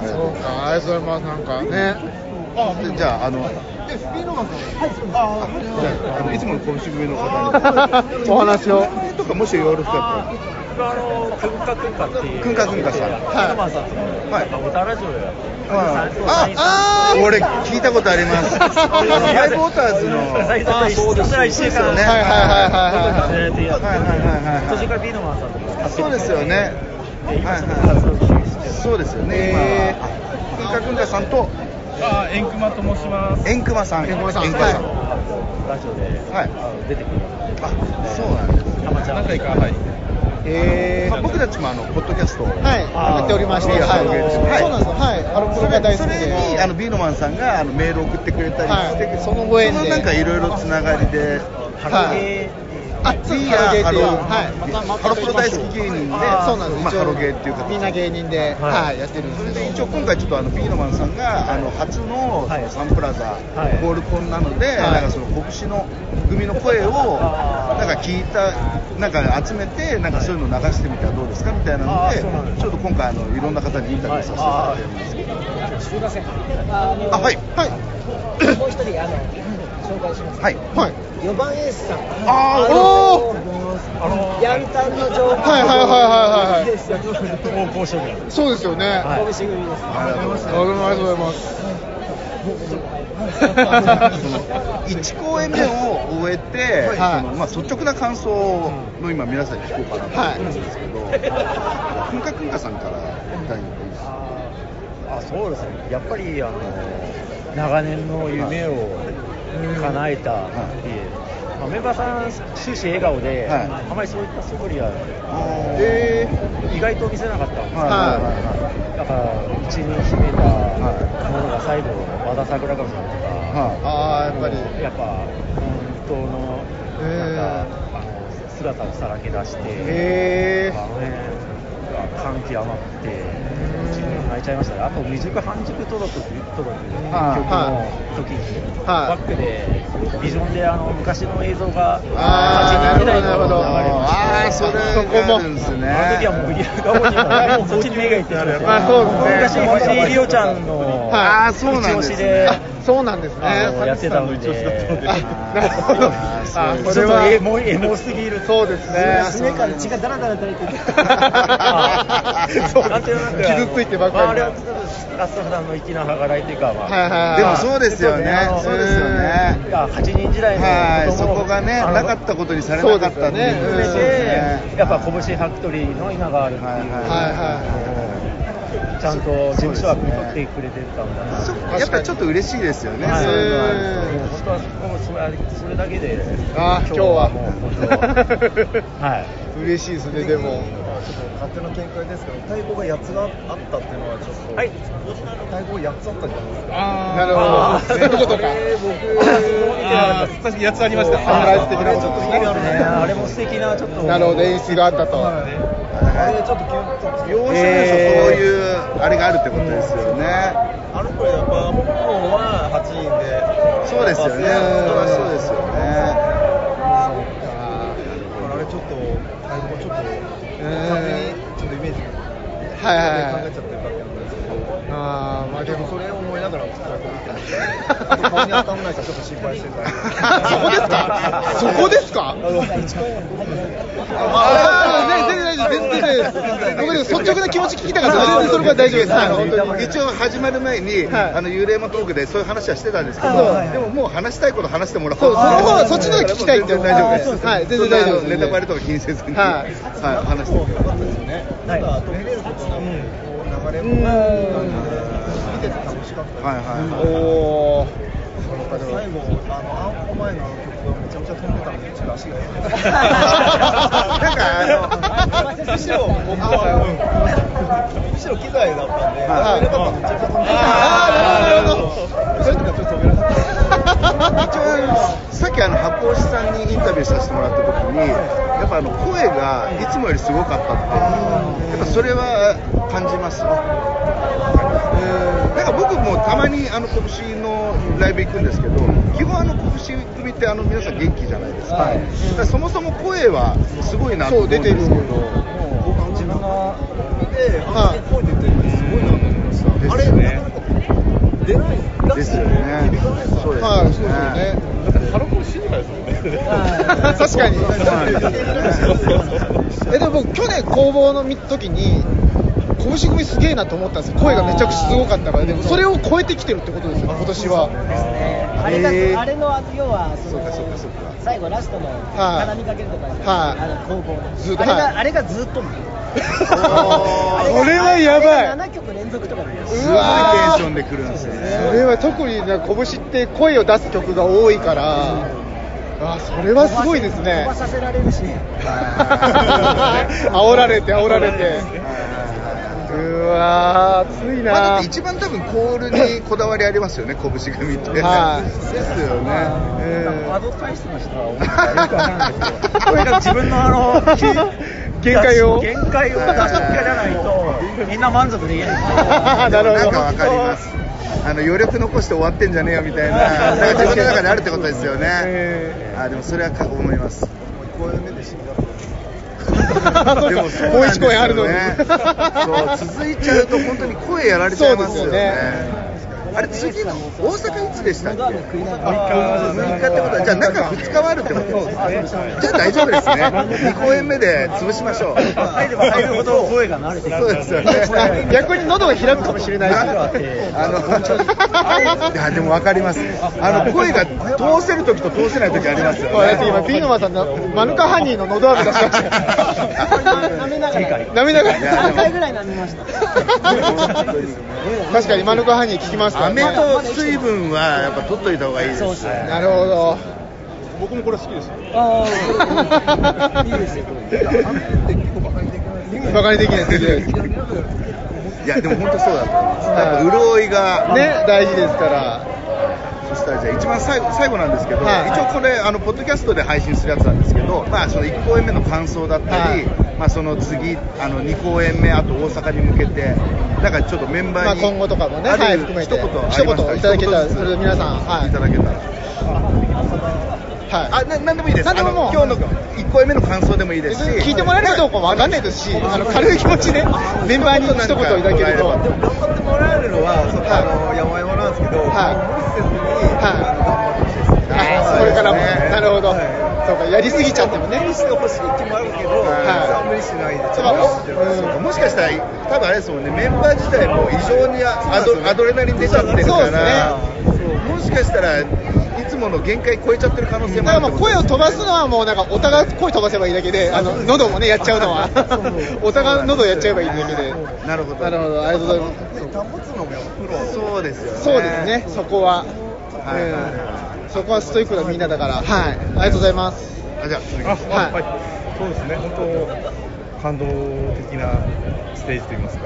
はいそうかありがとうございますなんかね
でじゃああの
でスピードガンさん
あのいつもの今週組の方
[laughs]
に
お話を
名前とかもしよろしかっ
あのくんかくんかって
た
い
ら
う
くんかくんかさん
カマさんとかなんかオタラジオや
ああ俺聞いたことあ
[laughs]
ります。ハイボーターズの。
あそうです
ですよ
は
ね。
いはい
はいはいはいはい。途中からビーノマンさんとか。そうですよね。はいはい。そうですよね。くんかくんかさんと。
あー、エンクマと申します。
エンクマさん。
エンクマさん
エンクマさ
ラ
ん。
ジオで、、
はい
出てくる。
あ、そうなんです。
たまちゃん。何回か、はい。
えー、僕たちもあのポッドキャストをはい
やっておりましてはいそうなんですはいあのこれが大好きで
それにあのビーノマンさんがあのメールを送ってくれたりして、
はいそのご縁で
そのなんかいろいろつながりで
はいあ
いいやハローハロプロ大好き芸人で
そうなんです
まあ
一応
ハロゲーっていう形で
みんな芸人ではいやってるんですけど
一応今回ちょっとあのビーノマンさんがあの初のそのサンプラザゴールコンなので、なんかその拳の組の声をなんか聞いたなんか集めてなんかそういうの流してみたらどうですかみたいなのでちょっと今回あのいろんな方にインタビューさせていただいてるんですけど
すみません。あの
あはいはい
もう一人あの紹介します。
はいはい
四番エースさん。
あー
おヤンタンの情報。
はいはいはいはいはい [laughs]
ですよ。高校生が。
そうですよね、
神戸市組です。
ありがとうございます
どうもありがとうございます
1公演目を終えて、
はい
そのまあ、率直な感想の今皆さんに聞こうかなと思うんですけど、くんかくんかさんからみたいな
あそうですね、やっぱりあの長年の夢を叶えたっていう、まあ、メンバーさん、終始笑顔で、あまりそういった素振りは、意外と見せなかったんですけど、だから、一に秘めたものが最後、和田桜川さんとか、
ああやっぱり
やっぱ本当のなんか、あの姿をさらけ出して、
へー
あのね感極まって、自分泣いちゃいましたね、あと未熟半熟届くっていう曲の時に、バックで、ビジョンであの昔の映像が、
あー
8人ぐらいの
なるほどなるほど
流れました
あーそれ
そこも、あの時はもうグリアがもう、そっちに目がいってたんですよ、
あそうですね
昔、藤井リオちゃんの、
はいあそうなんですね
一押しで。
そうなんですね
あのやってたので、
あなるほどあ
[laughs]
[laughs]
ちょっとエモいエモすぎる。
そうですね
すねから血がダラダラ垂れてる。
そう傷ついてばっかり
まあ、あれはちょっとスタッフさんの粋な計らいというか、まあ
はいはいはいでもそうですよねそうですよね
あの8人時代
はい
の子供
そこがね
あの
なかったことにされなかったっていう
そうですよね
うん
含めてやっぱ拳ファクトリーの今があるっていう、ちゃんと事務所は汲み取ってくれてたんだなと
やっぱりちょっと嬉しいですよね、
はい
そういうのある
もう本当はもうそれそれだけで
あー今日は
もう本当
はい嬉しいですねでも
ちょっと勝手な見解ですけど、太鼓が8つあったっていうのは、ちょっと、
はい、
太鼓8つあったじゃないですか。
あーなるほどあーそういうことか
えー僕、確
あー
かに8つありました。
サプライズ的なものですね
あれも素敵なちょっと
なるほど演出があったと、
あれちょっと
要所要所そういうあれがあるってことですよね、
あの子やっぱ、本は8人で、
そうですよね
まあ
そうですよね
あれちょっと、最後ちょっと、
勝手にちょっとイメージ
はいはいはい
考えちゃってるだけなんですけど
あーまあでも
それを思いながらずっとやって
[laughs]
たんで顔に当たんないかちょっと心配してた
そこですかそこです
あ
か
の
あ全然大丈夫全然大丈夫です僕でも率直な気持ち聞きたかった全然それは大丈夫です
あ
はい
の
本当に
一応始まる前に、あの幽霊もトークでそういう話はしてたんですけど、でももう話したいこと話してもらおう
そうその方はそっちの方が聞きたいって
全然大丈夫
あーそうで
ですす
ねはい全然大丈夫です
そんなあのネタバレとか気にせずに、
は
はいい話してくれば
なんか途切れることなくこう流れも感じで見てて楽しかった
はいはい
おお
最後あのあんこ前の曲がめちゃめちゃ飛んでたんでちょっと足がなんかあのむしろ僕はむしろ機材だったんで入れたかめちゃめちゃ飛んで
あーなるほどなるほど
どそういう時はちょっと飛べなかった
一応さっきあの箱押しさんにインタビューさせてもらった時にやっぱあの声がいつもよりすごかったってやっぱそれは感じますなんか僕もたまにあの拳のライブ行くんですけど基本あの拳組ってあの皆さん元気じゃないですか,、だからそもそも声はすごいなと思うんですけど
そう出
自分がで、あの声出てるのすごいなと思いました。あれ、なかなか出ないですよね。そうです
はいそうですよね
だって、ハロコン静かですもんね。
確かにえでも僕去年工房の見た時に拳組すげえなと思ったんですよ声がめちゃくちゃすごかったからでもそれを超えてきてるってことですよね今年は
あれが、
へー
あれのあ要はその最後ラストの
はい
絡みかけるとかですね、
はい
あの攻防の
ずっと
あれが、
はい
あれがずっとなのあ
それはやばい
あれが7曲連続とかなんです
う
よ
わー
ンで来るんですよ
それは特にな拳って声を出す曲が多いからあそれはすごいですね
飛
[laughs]
ばさせられるし [laughs]
煽られて煽られてうわー熱い
まあだ
な
って一番多分コールにこだわりありますよね拳組って
はい
ですよね
アド返してましたよ
くわかんないですけどとにかく自分のあ
の
限界を
限界を出し切らないとみんな満足できな
[laughs] ないるほど
なんかわかりますあの余力残して終わってんじゃねえよみたいな
[laughs]
なんか自分の中であるってことですよね、あでもそれはか思います [laughs] でもそうなんですよねそう続いちゃうと本当に声やられちゃいますよねあれ次の大阪いつでしたっけ6日ってことはじゃあ中2日はあるってことですねじゃあ大丈夫ですね2公演目で潰しましょう入れば入るほど声が慣れてくるそうですよね
逆に喉が開くかもしれないし
あのいやでも分かりますあの声が通せる時と通せない時ありますよ
こうやって今
ね
ピーノマンさんのマヌカハニーの喉飴出しましたよ
[laughs] 舐めながら
舐めながら
3回ぐらい舐めました
確かにマヌカハニー [laughs] 聞きますからね
飴と水分はやっぱ取っといた方がいいです
なるほど
僕もこれ好きですよ
あ
あいいですよバカにできないですね
[laughs] いやでも本当そうだと思いますやっぱ潤いが
ね大事ですから
そしたらじゃあ一番最後最後なんですけど、一応これあのポッドキャストで配信するやつなんですけど、まあその1公演目の感想だったり、まあその次あの2公演目あと大阪に向けて、なんかちょっとメンバーに、
まあ今後とかもね
ある
はい含めて
一言ありま
一
した
言いただけたら
一言ずつ
それで皆さんはい
ただけたら。
はい
あななんでもいいです。
なんでももう
あの今日の1公演目の感想でもいいですし、
聞いてもらえるかどうかわかんないですしあの軽い気持ちでメンバーに一言いただけると
もらえるのは、そのあの山々なんですけど、
はい、これからも、なるほど、そうか、やりすぎちゃってもね。無理してほしい気もあるけど、は
無理しないで、ちょっともしもしかしたら、多分あれですもんね、メンバー自体も異常にアドアドレナリン出ちゃってるから、もしかしたらいつもの限界超えちゃってる可能
い。
性
だか
もあ
ら
る
もう声を飛ばすのはもうなんかお互い声飛ばせばいいだけであの喉もねやっちゃうのはお互い喉やっちゃえばいいだけで
なるほど
なるほどありがとうございます
そうですよね
そうですねそこは、
いはい
うん、そこはストイックなみんなだからはいありがとうございます
あじゃあ
あ
はい
はい、そうですね、本当、感動的なステージといいますか、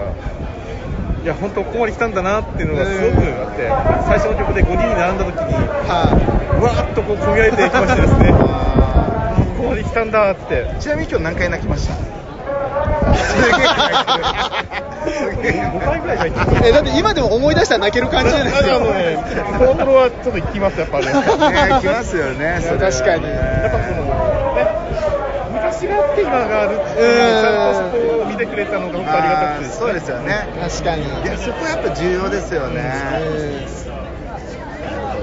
いや、本当、ここまで来たんだなっていうのがすごくあって、最初の曲で5人に並んだときに、わーっとこう、込み上げていきましてですね、ここまで来たんだって、
ちなみに今日何回泣きました
5回ぐらいが行きま
えだって今でも思い出したら泣ける感じじゃな
[laughs]
いですか
あのね、心はちょっと行きます、やっぱり、ね。
ね来ますよねそれは
確かに
昔
しがって今があるっていうちゃんとそこを見てくれたのが本当ありがたくてそうですよね
確かにいやそこやっぱ重要ですよね、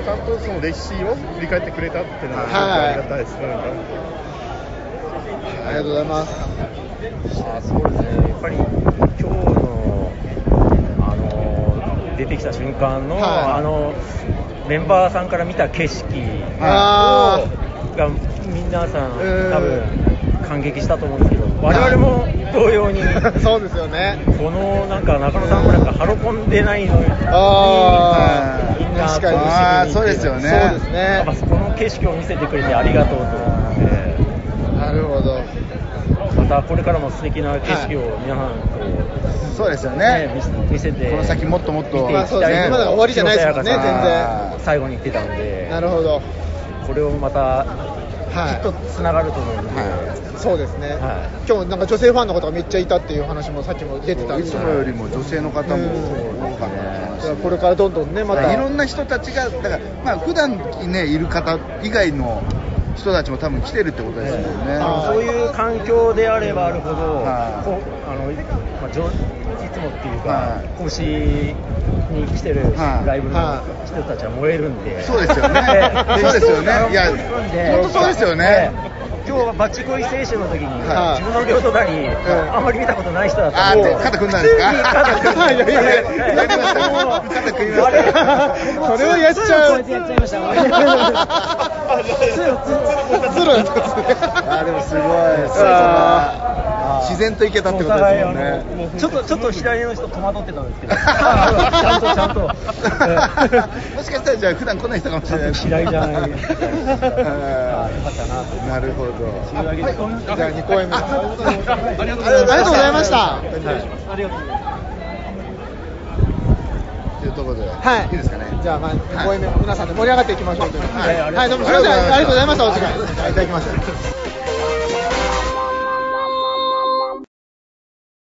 ちゃんとその歴史を振り返ってくれたっていうのは本当
はい
ありがたいです、なんか
ありがとうございます
あーそうですね、やっぱり今日のあの出てきた瞬間
は
の、
い
あのメンバーさんから見た景色
あ
をが皆さん、多分感激したと思うんですけど、我々も同様に、
[laughs] そうですよね
このなんか中野さんもなんか、ハロコンでないのに、
あ
みんな
確かに
楽しみに
あーそうですよねそうですね
やっぱそこの景色を見せてくれてありがとうと思って。
なるほど
またこれからも素敵な景色を皆さんこう、
そうですよね
見せ見せて
この先もっともっと
見ていきたい
まあそうですねまだ終わりじゃないですもんね
広瀬
全然
さんが最後に言ってたんで
なるほど
これをまた
はい
きっとつながると思うんで、
そうですね、今日なんか女性ファンの方がめっちゃいたっていう話もさっきも出てたん
い
で
つもよりも女性の方も多かった
じゃあこれからどんどんねまた
いろんな人たちがだからまあ普段ねいる方以外の人たちも多分来てるってことですもんね、
そういう環境であればあるほど、こうあのまあ、じょいつもっていうか、講師に来てるライブの人たちは燃えるんで、
そうですよねそうですよねいや本当そうですよね
今日はバチコイ選手の時に、
はい
自分の両隣に、あんまり見たことない人だった
あーで肩組んだんですか
普通に肩組んで
いやいやいややりましたよ
もう
肩組みましたよ
あれ
それはやっちゃう
そういうのこやっちゃいましたもんね
ズルあでもすごいそうだ自然といけたってことですもんね
ちょっとちょっと左の人戸惑ってたんです
[laughs]
けど、ちゃんとちゃんと、
もしかしたらじゃあ普段来ない人かもしれない
[laughs] 嫌
[laughs]
いじゃないみたいな。
なるほど。
じゃあ2公演目
あ
[laughs] あり
りが
が
と
と
う
う
ございました
ございました
ありがとうございます。
というところで、
はい、
いいですかね。
じゃあ、まあ、5公演目も皆さんで盛り上がっていきましょうということで。
はい
はい、どうも、すみません、ありがとうございました、お時間。
いただきました。